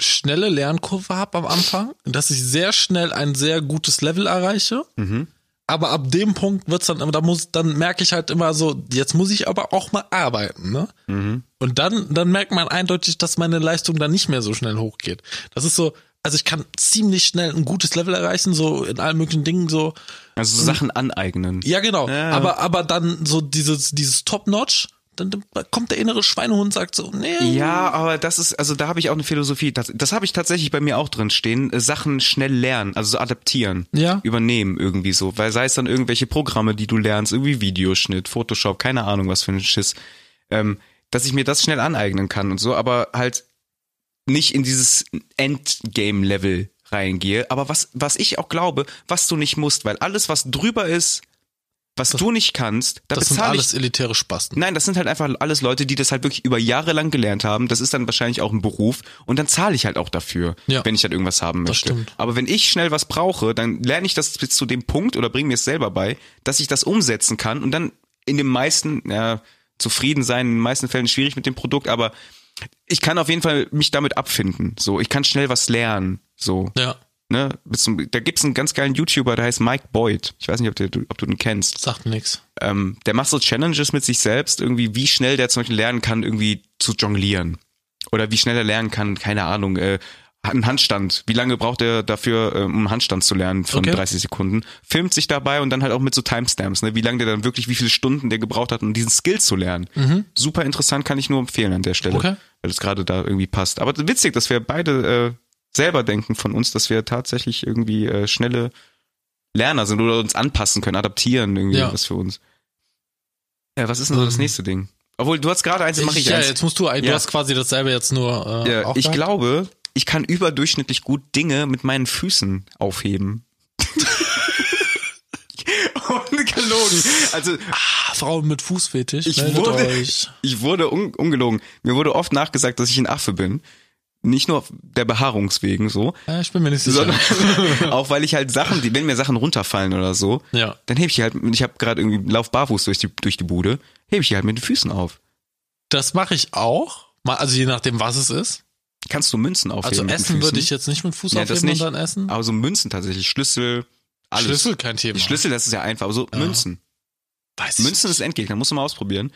schnelle Lernkurve habe am Anfang, dass ich sehr schnell ein sehr gutes Level erreiche. Mhm. Aber ab dem Punkt wird's dann, da muss, dann merke ich halt immer so, jetzt muss ich aber auch mal arbeiten, ne? Mhm. Und dann, dann merkt man eindeutig, dass meine Leistung dann nicht mehr so schnell hochgeht. Das ist so, also ich kann ziemlich schnell ein gutes Level erreichen, so in allen möglichen Dingen, so, Also so Sachen aneignen. ja genau, Ja. aber, aber dann so dieses, dieses Top-Notch, dann, dann kommt der innere Schweinehund und sagt so, nee, Ja, aber das ist, also da habe ich auch eine Philosophie. Das, das habe ich tatsächlich bei mir auch drin stehen. äh, Sachen schnell lernen, also so adaptieren, Ja. übernehmen irgendwie so. Weil sei es dann irgendwelche Programme, die du lernst, irgendwie Videoschnitt, Photoshop, keine Ahnung, was für ein Schiss, ähm, dass ich mir das schnell aneignen kann und so, aber halt nicht in dieses Endgame-Level reingehe. Aber was, was ich auch glaube, was du nicht musst, weil alles, was drüber ist, was du nicht kannst, da das sind bezahle ich alles elitäre Spasten. Nein, das sind halt einfach alles Leute, die das halt wirklich über Jahre lang gelernt haben. Das ist dann wahrscheinlich auch ein Beruf und dann zahle ich halt auch dafür, Ja. wenn ich halt irgendwas haben möchte. stimmt. Aber wenn ich schnell was brauche, dann lerne ich das bis zu dem Punkt oder bringe mir es selber bei, dass ich das umsetzen kann und dann in den meisten ja, zufrieden sein, in den meisten Fällen schwierig mit dem Produkt, aber ich kann auf jeden Fall mich damit abfinden. So, ich kann schnell was lernen. So, Ja, ne? Bis zum, da gibt's einen ganz geilen YouTuber, der heißt Mike Boyd. Ich weiß nicht, ob, der, ob du den kennst sagt mir nix. ähm, der macht so Challenges mit sich selbst, irgendwie, wie schnell der zum Beispiel lernen kann, irgendwie zu jonglieren. Oder wie schnell er lernen kann, keine Ahnung, äh, einen Handstand. Wie lange braucht er dafür, äh, um einen Handstand zu lernen von Okay. 30 Sekunden? Filmt sich dabei und dann halt auch mit so Timestamps, ne? Wie lange der dann wirklich, wie viele Stunden der gebraucht hat, um diesen Skill zu lernen. Super interessant, kann ich nur empfehlen an der Stelle. Mhm. Okay. Weil es gerade da irgendwie passt. Aber witzig, dass wir beide äh, selber denken von uns, dass wir tatsächlich irgendwie äh, schnelle Lerner sind oder uns anpassen können, adaptieren irgendwie Ja. was für uns. Ja, was ist denn so das Ähm. nächste Ding? Obwohl, du hast gerade eins, dann mache ich ja, eins. jetzt musst du, ein- du Ja. hast quasi dasselbe jetzt nur äh, Ja, auch ich gehabt. glaube, ich kann überdurchschnittlich gut Dinge mit meinen Füßen aufheben. Ungelogen. Also Ah, Frauen mit Fußfetisch, ich meldet wurde, euch. ich wurde un, ungelogen. Mir wurde oft nachgesagt, dass ich ein Affe bin. Nicht nur der Behaarung wegen so, Ja, ich bin mir nicht sicher. sondern auch weil ich halt Sachen, die, wenn mir Sachen runterfallen oder so, Ja. dann hebe ich die halt, ich habe gerade irgendwie lauf barfuß durch die, durch die Bude, hebe ich die halt mit den Füßen auf. Das mache ich auch. Mal, also je nachdem, was es ist. Kannst du Münzen aufheben? Also mit den essen würde Füßen? ich jetzt nicht mit Fuß Ja, das aufheben und nicht. dann essen. Aber so Münzen tatsächlich, Schlüssel, alles. Schlüssel kein Thema. Schlüssel, das ist ja einfach, aber so Münzen. Weiß ich. Münzen ist Endgegner, musst du mal ausprobieren.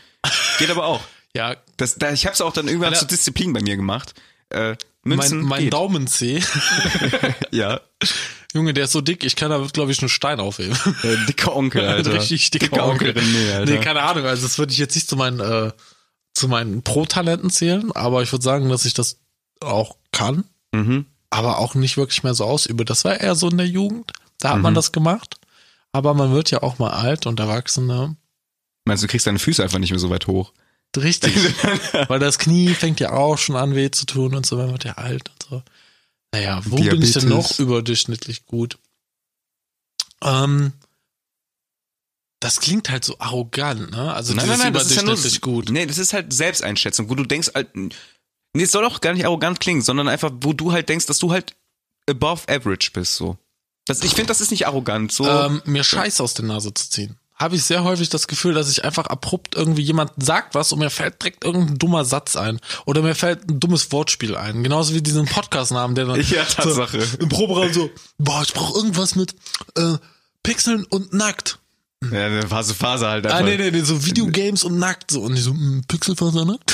Geht aber auch. Ja, Das, da, ich hab's auch dann irgendwann Alter. zur Disziplin bei mir gemacht. Äh, mein, Münzen mein geht. Daumenzeh. Ja, Junge, der ist so dick, ich kann da, glaube ich, einen Stein aufheben. äh, dicker Onkel, Ein Alter. richtig dicker Dicker Onkel Onkel. René, Alter. Nee, keine Ahnung. Also das würde ich jetzt nicht zu meinen, äh, zu meinen Pro-Talenten zählen, aber ich würde sagen, dass ich das auch kann, Mhm. aber auch nicht wirklich mehr so ausübe. Das war eher so in der Jugend. Da hat Mhm. man das gemacht. Aber man wird ja auch mal alt und Erwachsene. Meinst du, du kriegst deine Füße einfach nicht mehr so weit hoch? Richtig. Weil das Knie fängt ja auch schon an weh zu tun und so, wenn man wird ja alt und so. Naja, wo bin ich Diabetes. denn noch überdurchschnittlich gut? Ähm, das klingt halt so arrogant, ne? Also dieses überdurchschnittlich gut. Nee, das ist halt Selbsteinschätzung, wo du denkst, halt, nee, es soll auch gar nicht arrogant klingen, sondern einfach, wo du halt denkst, dass du halt above average bist, so. Das, ich finde, das ist nicht arrogant, so. Ähm, mir Scheiß aus der Nase zu ziehen. Habe ich sehr häufig das Gefühl, dass ich einfach abrupt irgendwie jemand sagt was und mir fällt direkt irgendein dummer Satz ein. Oder mir fällt ein dummes Wortspiel ein. Genauso wie diesen Podcast-Namen, der dann Ja, Tatsache. So, im Proberaum so, boah, ich brauche irgendwas mit äh, Pixeln und nackt. ja, eine Phase, Phase halt einfach. Ah, nee, nee, nee, so Videogames und nackt. So. Und ich so, ne? mh, Pixelfaser nackt?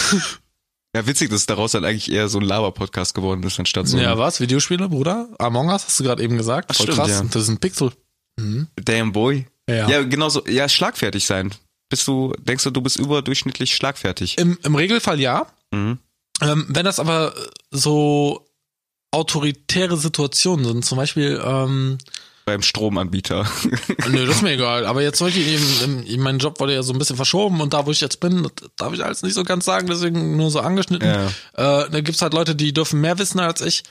Ja, witzig, dass daraus dann eigentlich eher so ein Laber-Podcast geworden ist, anstatt so. Ja, Ja, was? Videospiele, Bruder? Among Us hast du gerade eben gesagt. Voll stimmt, krass. ja. Das ist ein Pixel. Damn Boy. Ja. ja, genau so. Ja, schlagfertig sein. Bist du, denkst du, du bist überdurchschnittlich schlagfertig? Im, im Regelfall ja. Mhm. Ähm, wenn das aber so autoritäre Situationen sind, zum Beispiel ähm, beim Stromanbieter. Nö, das ist mir egal. Aber jetzt wollte ich eben, ähm, mein Job wurde ja so ein bisschen verschoben und da, wo ich jetzt bin, das darf ich alles nicht so ganz sagen, deswegen nur so angeschnitten. Ja. Äh, da gibt's halt Leute, die dürfen mehr wissen als ich.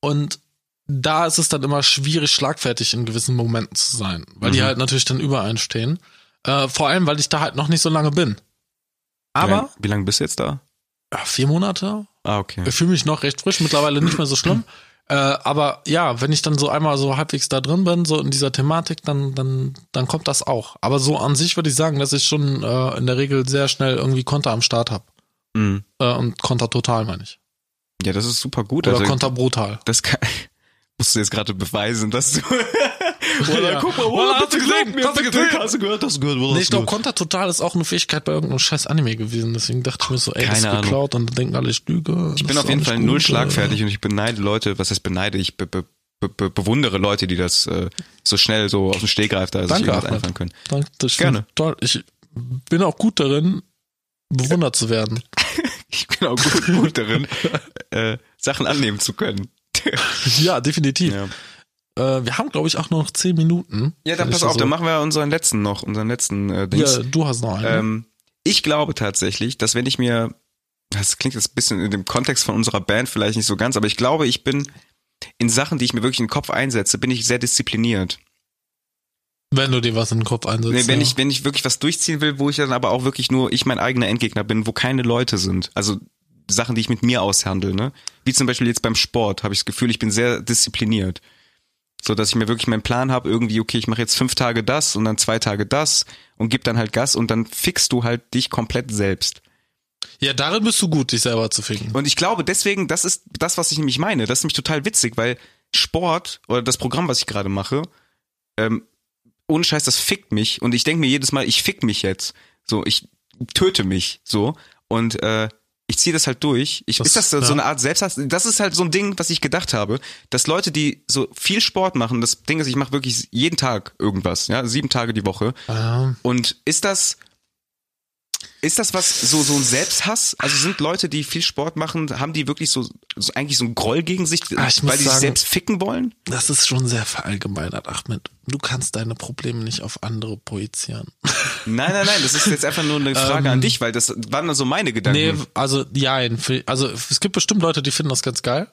Und da ist es dann immer schwierig, schlagfertig in gewissen Momenten zu sein, weil die Mhm. halt natürlich dann übereinstehen. Äh, vor allem, weil ich da halt noch nicht so lange bin. wie Aber lange, wie lange bist du jetzt da? ja, vier Monate, Ah, okay. ich fühle mich noch recht frisch, mittlerweile nicht mehr so schlimm. Äh, aber ja, wenn ich dann so einmal so halbwegs da drin bin, so in dieser Thematik, dann, dann, dann kommt das auch. Aber so an sich würde ich sagen, dass ich schon äh, in der Regel sehr schnell irgendwie Konter am Start habe. Mhm. Äh, und Konter total, meine ich. Ja, das ist super gut. Oder also, Konter brutal. das kann, musst du jetzt gerade beweisen, dass du. Ja. Walla, hast du gesehen? Hast du gesehen? Hast du gehört? Hast du gehört? Walla, Nee, hast ich du glaube, Konter total ist auch eine Fähigkeit bei irgendeinem scheiß Anime gewesen. Deswegen dachte ich mir so, ey, das Keine ist Ahnung. geklaut und dann denken alle, ich lüge. Ich bin auf jeden Fall äh, null schlagfertig und ich beneide Leute, was heißt beneide, ich be be be be bewundere Leute, die das äh, so schnell so aus dem Stehgreif da sich Danke, irgendwas Ahmed. einfallen können. Danke, ich Gerne. Gerne. Toll. Ich bin auch gut darin, bewundert zu werden. Ich bin auch gut, gut darin, äh, Sachen annehmen zu können. Ja, definitiv. Ja, Äh, wir haben, glaube ich, auch nur noch zehn Minuten. dann pass Also, auf, dann machen wir unseren letzten noch, unseren letzten äh, Dings. ja, du hast noch einen. ne? Ähm, ich glaube tatsächlich, dass wenn ich mir, das klingt jetzt ein bisschen in dem Kontext von unserer Band vielleicht nicht so ganz, aber ich glaube, ich bin in Sachen, die ich mir wirklich in den Kopf einsetze, bin ich sehr diszipliniert. wenn du dir was in den Kopf einsetzt. Nee, wenn ja. ich wenn ich wirklich was durchziehen will, wo ich dann aber auch wirklich nur ich mein eigener Endgegner bin, wo keine Leute sind. Also Sachen, die ich mit mir aushandle, ne? Wie zum Beispiel jetzt beim Sport habe ich das Gefühl, ich bin sehr diszipliniert, so dass ich mir wirklich meinen Plan habe, irgendwie okay, ich mache jetzt fünf Tage das und dann zwei Tage das und gib dann halt Gas und dann fixst du halt dich komplett selbst. ja, darin bist du gut, dich selber zu ficken. Und ich glaube, deswegen, das ist das, was ich nämlich meine. Das ist nämlich total witzig, weil Sport oder das Programm, was ich gerade mache, ähm, ohne Scheiß, das fickt mich. Und ich denke mir jedes Mal, ich fick mich jetzt. So, ich töte mich. So. Und äh, ich ziehe das halt durch. Ich, Das- ist das so ja. eine Art Selbsthass? Das ist halt so ein Ding, was ich gedacht habe, dass Leute, die so viel Sport machen, das Ding ist, ich mache wirklich jeden Tag irgendwas, ja, sieben Tage die Woche. Ähm, Und ist das, ist das was, so, so ein Selbsthass? Also sind Leute, die viel Sport machen, haben die wirklich so, so eigentlich so einen Groll gegen sich, Ah, ich muss weil die sich sagen- selbst ficken wollen? das ist schon sehr verallgemeinert, Ahmed. Du kannst deine Probleme nicht auf andere projizieren. Nein, nein, nein, das ist jetzt einfach nur eine Frage an dich, weil das waren dann so meine Ähm, Nee, Gedanken. also, ja, also es gibt bestimmt Leute, die finden das ganz geil.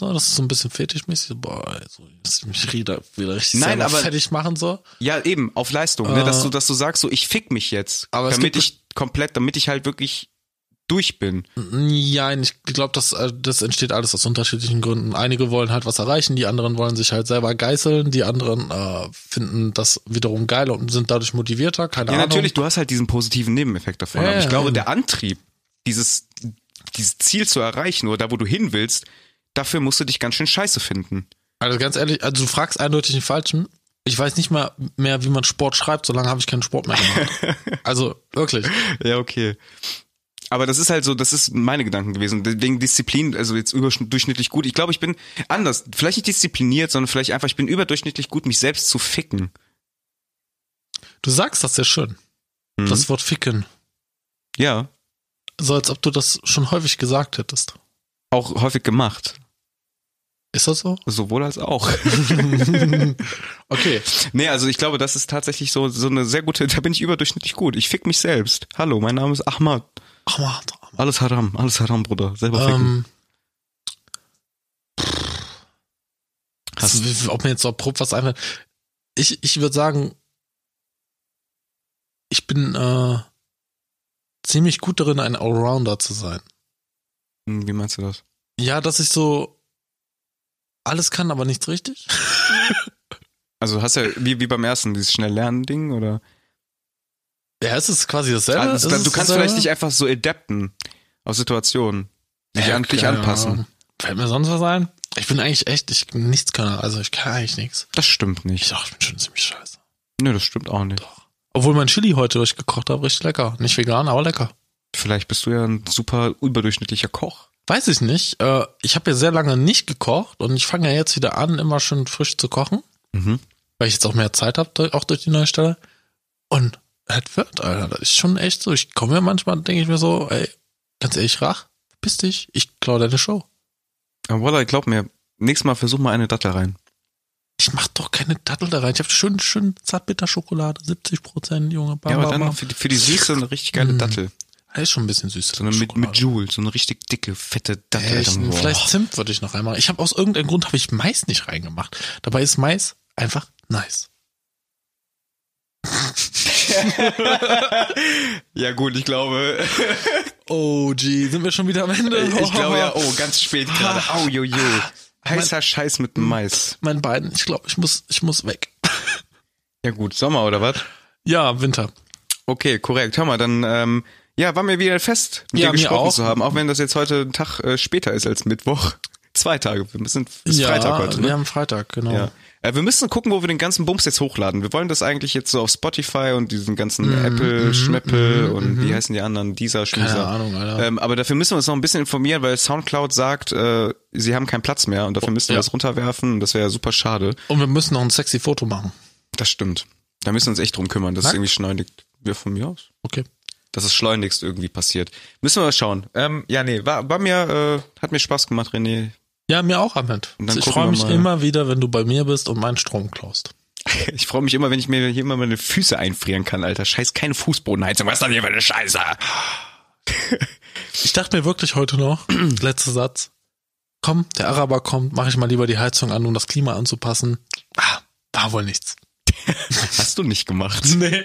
So, das ist so ein bisschen fetischmäßig. So, Boah, so, dass ich mich wieder, wieder richtig Nein, selber aber- fertig machen soll. ja, eben, auf Leistung, ne? Äh, dass, du, dass du sagst, so ich fick mich jetzt, aber es damit gibt ich komplett, damit ich halt wirklich durch bin. Ja, ich glaube, das, äh, das entsteht alles aus unterschiedlichen Gründen. Einige wollen halt was erreichen, die anderen wollen sich halt selber geißeln, die anderen äh, finden das wiederum geil und sind dadurch motivierter, keine Ja, Ahnung. natürlich, du hast halt diesen positiven Nebeneffekt davon. Ja, aber ich ja, glaube, eben. der Antrieb, dieses, dieses Ziel zu erreichen oder da, wo du hin willst, dafür musst du dich ganz schön scheiße finden. Also ganz ehrlich, also du fragst eindeutig den Falschen. Ich weiß nicht mal mehr, wie man Sport schreibt, so lange habe ich keinen Sport mehr gemacht. also wirklich. Ja, okay. Aber das ist halt so, das ist meine Gedanken gewesen. Wegen Disziplin, also jetzt überdurchschnittlich gut. Ich glaube, ich bin anders. Vielleicht nicht diszipliniert, sondern vielleicht einfach, ich bin überdurchschnittlich gut, mich selbst zu ficken. Du sagst das sehr schön. Mhm. Das Wort ficken. Ja, So als ob du das schon häufig gesagt hättest. auch häufig gemacht. Ist das so? Sowohl als auch. okay. nee, also ich glaube, das ist tatsächlich so, so eine sehr gute, da bin ich überdurchschnittlich gut. Ich fick mich selbst. Hallo, mein Name ist Ahmad. Ach, Mann, Mann. Alles haram, alles haram, Bruder. Selber ficken. Ähm, Hast- das- wie- ob mir jetzt so abrupt was einfällt. Ich, ich würde sagen, ich bin äh, ziemlich gut darin, ein Allrounder zu sein. Hm, Wie meinst du das? Ja, dass ich so alles kann, aber nichts richtig. Also hast ja, wie, wie beim ersten, dieses schnell lernen Ding oder? Ja, es ist quasi dasselbe. Also, es ist du kannst dasselbe. vielleicht nicht einfach so adapten auf Situationen. Dich, Ja, an, dich keine anpassen. Ahnung. Fällt mir sonst was ein? Ich bin eigentlich echt, ich bin nichts kann, also ich kann eigentlich nichts. Das stimmt Ich nicht. dachte, ich bin schon ziemlich scheiße. Nö, das stimmt auch nicht. Obwohl mein Chili heute, was ich gekocht habe, richtig lecker. Nicht vegan, aber lecker. Vielleicht bist du ja ein super überdurchschnittlicher Koch. Weiß ich nicht. Äh, ich habe ja sehr lange nicht gekocht und ich fange ja jetzt wieder an, immer schön frisch zu kochen, Mhm. weil ich jetzt auch mehr Zeit habe, auch durch die neue Stelle. Und das wird, Alter, das ist schon echt so. Ich komme ja manchmal, denke ich mir so, ey, ganz ehrlich, Rach, piss dich, ich klaue deine Show. Aber Walla, glaub mir, nächstes Mal versuch mal eine Dattel rein. ich mach doch keine Dattel da rein. Ich habe schön, schön Zartbitterschokolade, 70 Prozent, Junge. Bam, Ja, aber bam, dann noch bam. für die, für die Süße eine richtig geile Dattel. Ah, ist schon ein bisschen süß. So eine mit, mit Joule, so eine richtig dicke, fette Dattel. Echt? Dann, boah. Vielleicht Zimt würde ich noch reinmachen. Ich habe aus irgendeinem Grund habe ich Mais nicht reingemacht. Dabei ist Mais einfach nice. Ja gut, ich glaube, Oh, gee, sind wir schon wieder am Ende? ich glaube ja, oh, ganz spät gerade. Ah, Au, jo, jo. Heißer Scheiß mit Mais. Mein beiden, ich glaube, ich muss, ich muss weg. Ja gut, Sommer oder was? Ja, Winter. Okay, korrekt. Hör mal, dann ähm, ja, war mir wieder ein fest, mit Ja, dir mir gesprochen auch. zu haben, auch wenn das jetzt heute ein Tag äh, später ist als Mittwoch. Zwei Tage, wir sind ist ja, Freitag heute, ne? Wir haben Freitag, genau. Ja. Äh, wir müssen gucken, wo wir den ganzen Bums jetzt hochladen. Wir wollen das eigentlich jetzt so auf Spotify und diesen ganzen Mhm, Apple, Schmeppel und wie heißen die anderen, dieser Schmieser. Ahnung, Alter. Ähm, aber dafür müssen wir uns noch ein bisschen informieren, weil Soundcloud sagt, äh, sie haben keinen Platz mehr und dafür müssen wir Oh, ja. das runterwerfen und das wäre ja super schade. Und wir müssen noch ein sexy Foto machen. Das stimmt. Da müssen wir uns echt drum kümmern, dass es Nackt? irgendwie schleunigt. Wir von mir aus. Okay. Dass es schleunigst irgendwie passiert. Müssen wir mal schauen. Ähm, ja, nee, war, war mir, äh, hat mir Spaß gemacht, René. Ja, mir auch, Ahmed. dann Ich gucken freue wir mich mal. immer wieder, wenn du bei mir bist und meinen Strom klaust. Ich freue mich immer, wenn ich mir hier immer meine Füße einfrieren kann, Alter. Scheiß, keine Fußbodenheizung. Was ist das hier für eine Scheiße? Ich dachte mir wirklich heute noch, letzter Satz, komm, der Araber kommt, mache ich mal lieber die Heizung an, um das Klima anzupassen. Ah, war wohl nichts. Hast du nicht gemacht. Nee.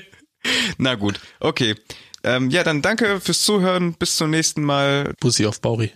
Na gut, okay. Ähm, ja, dann danke fürs Zuhören. Bis zum nächsten Mal. Bussi auf Bauri.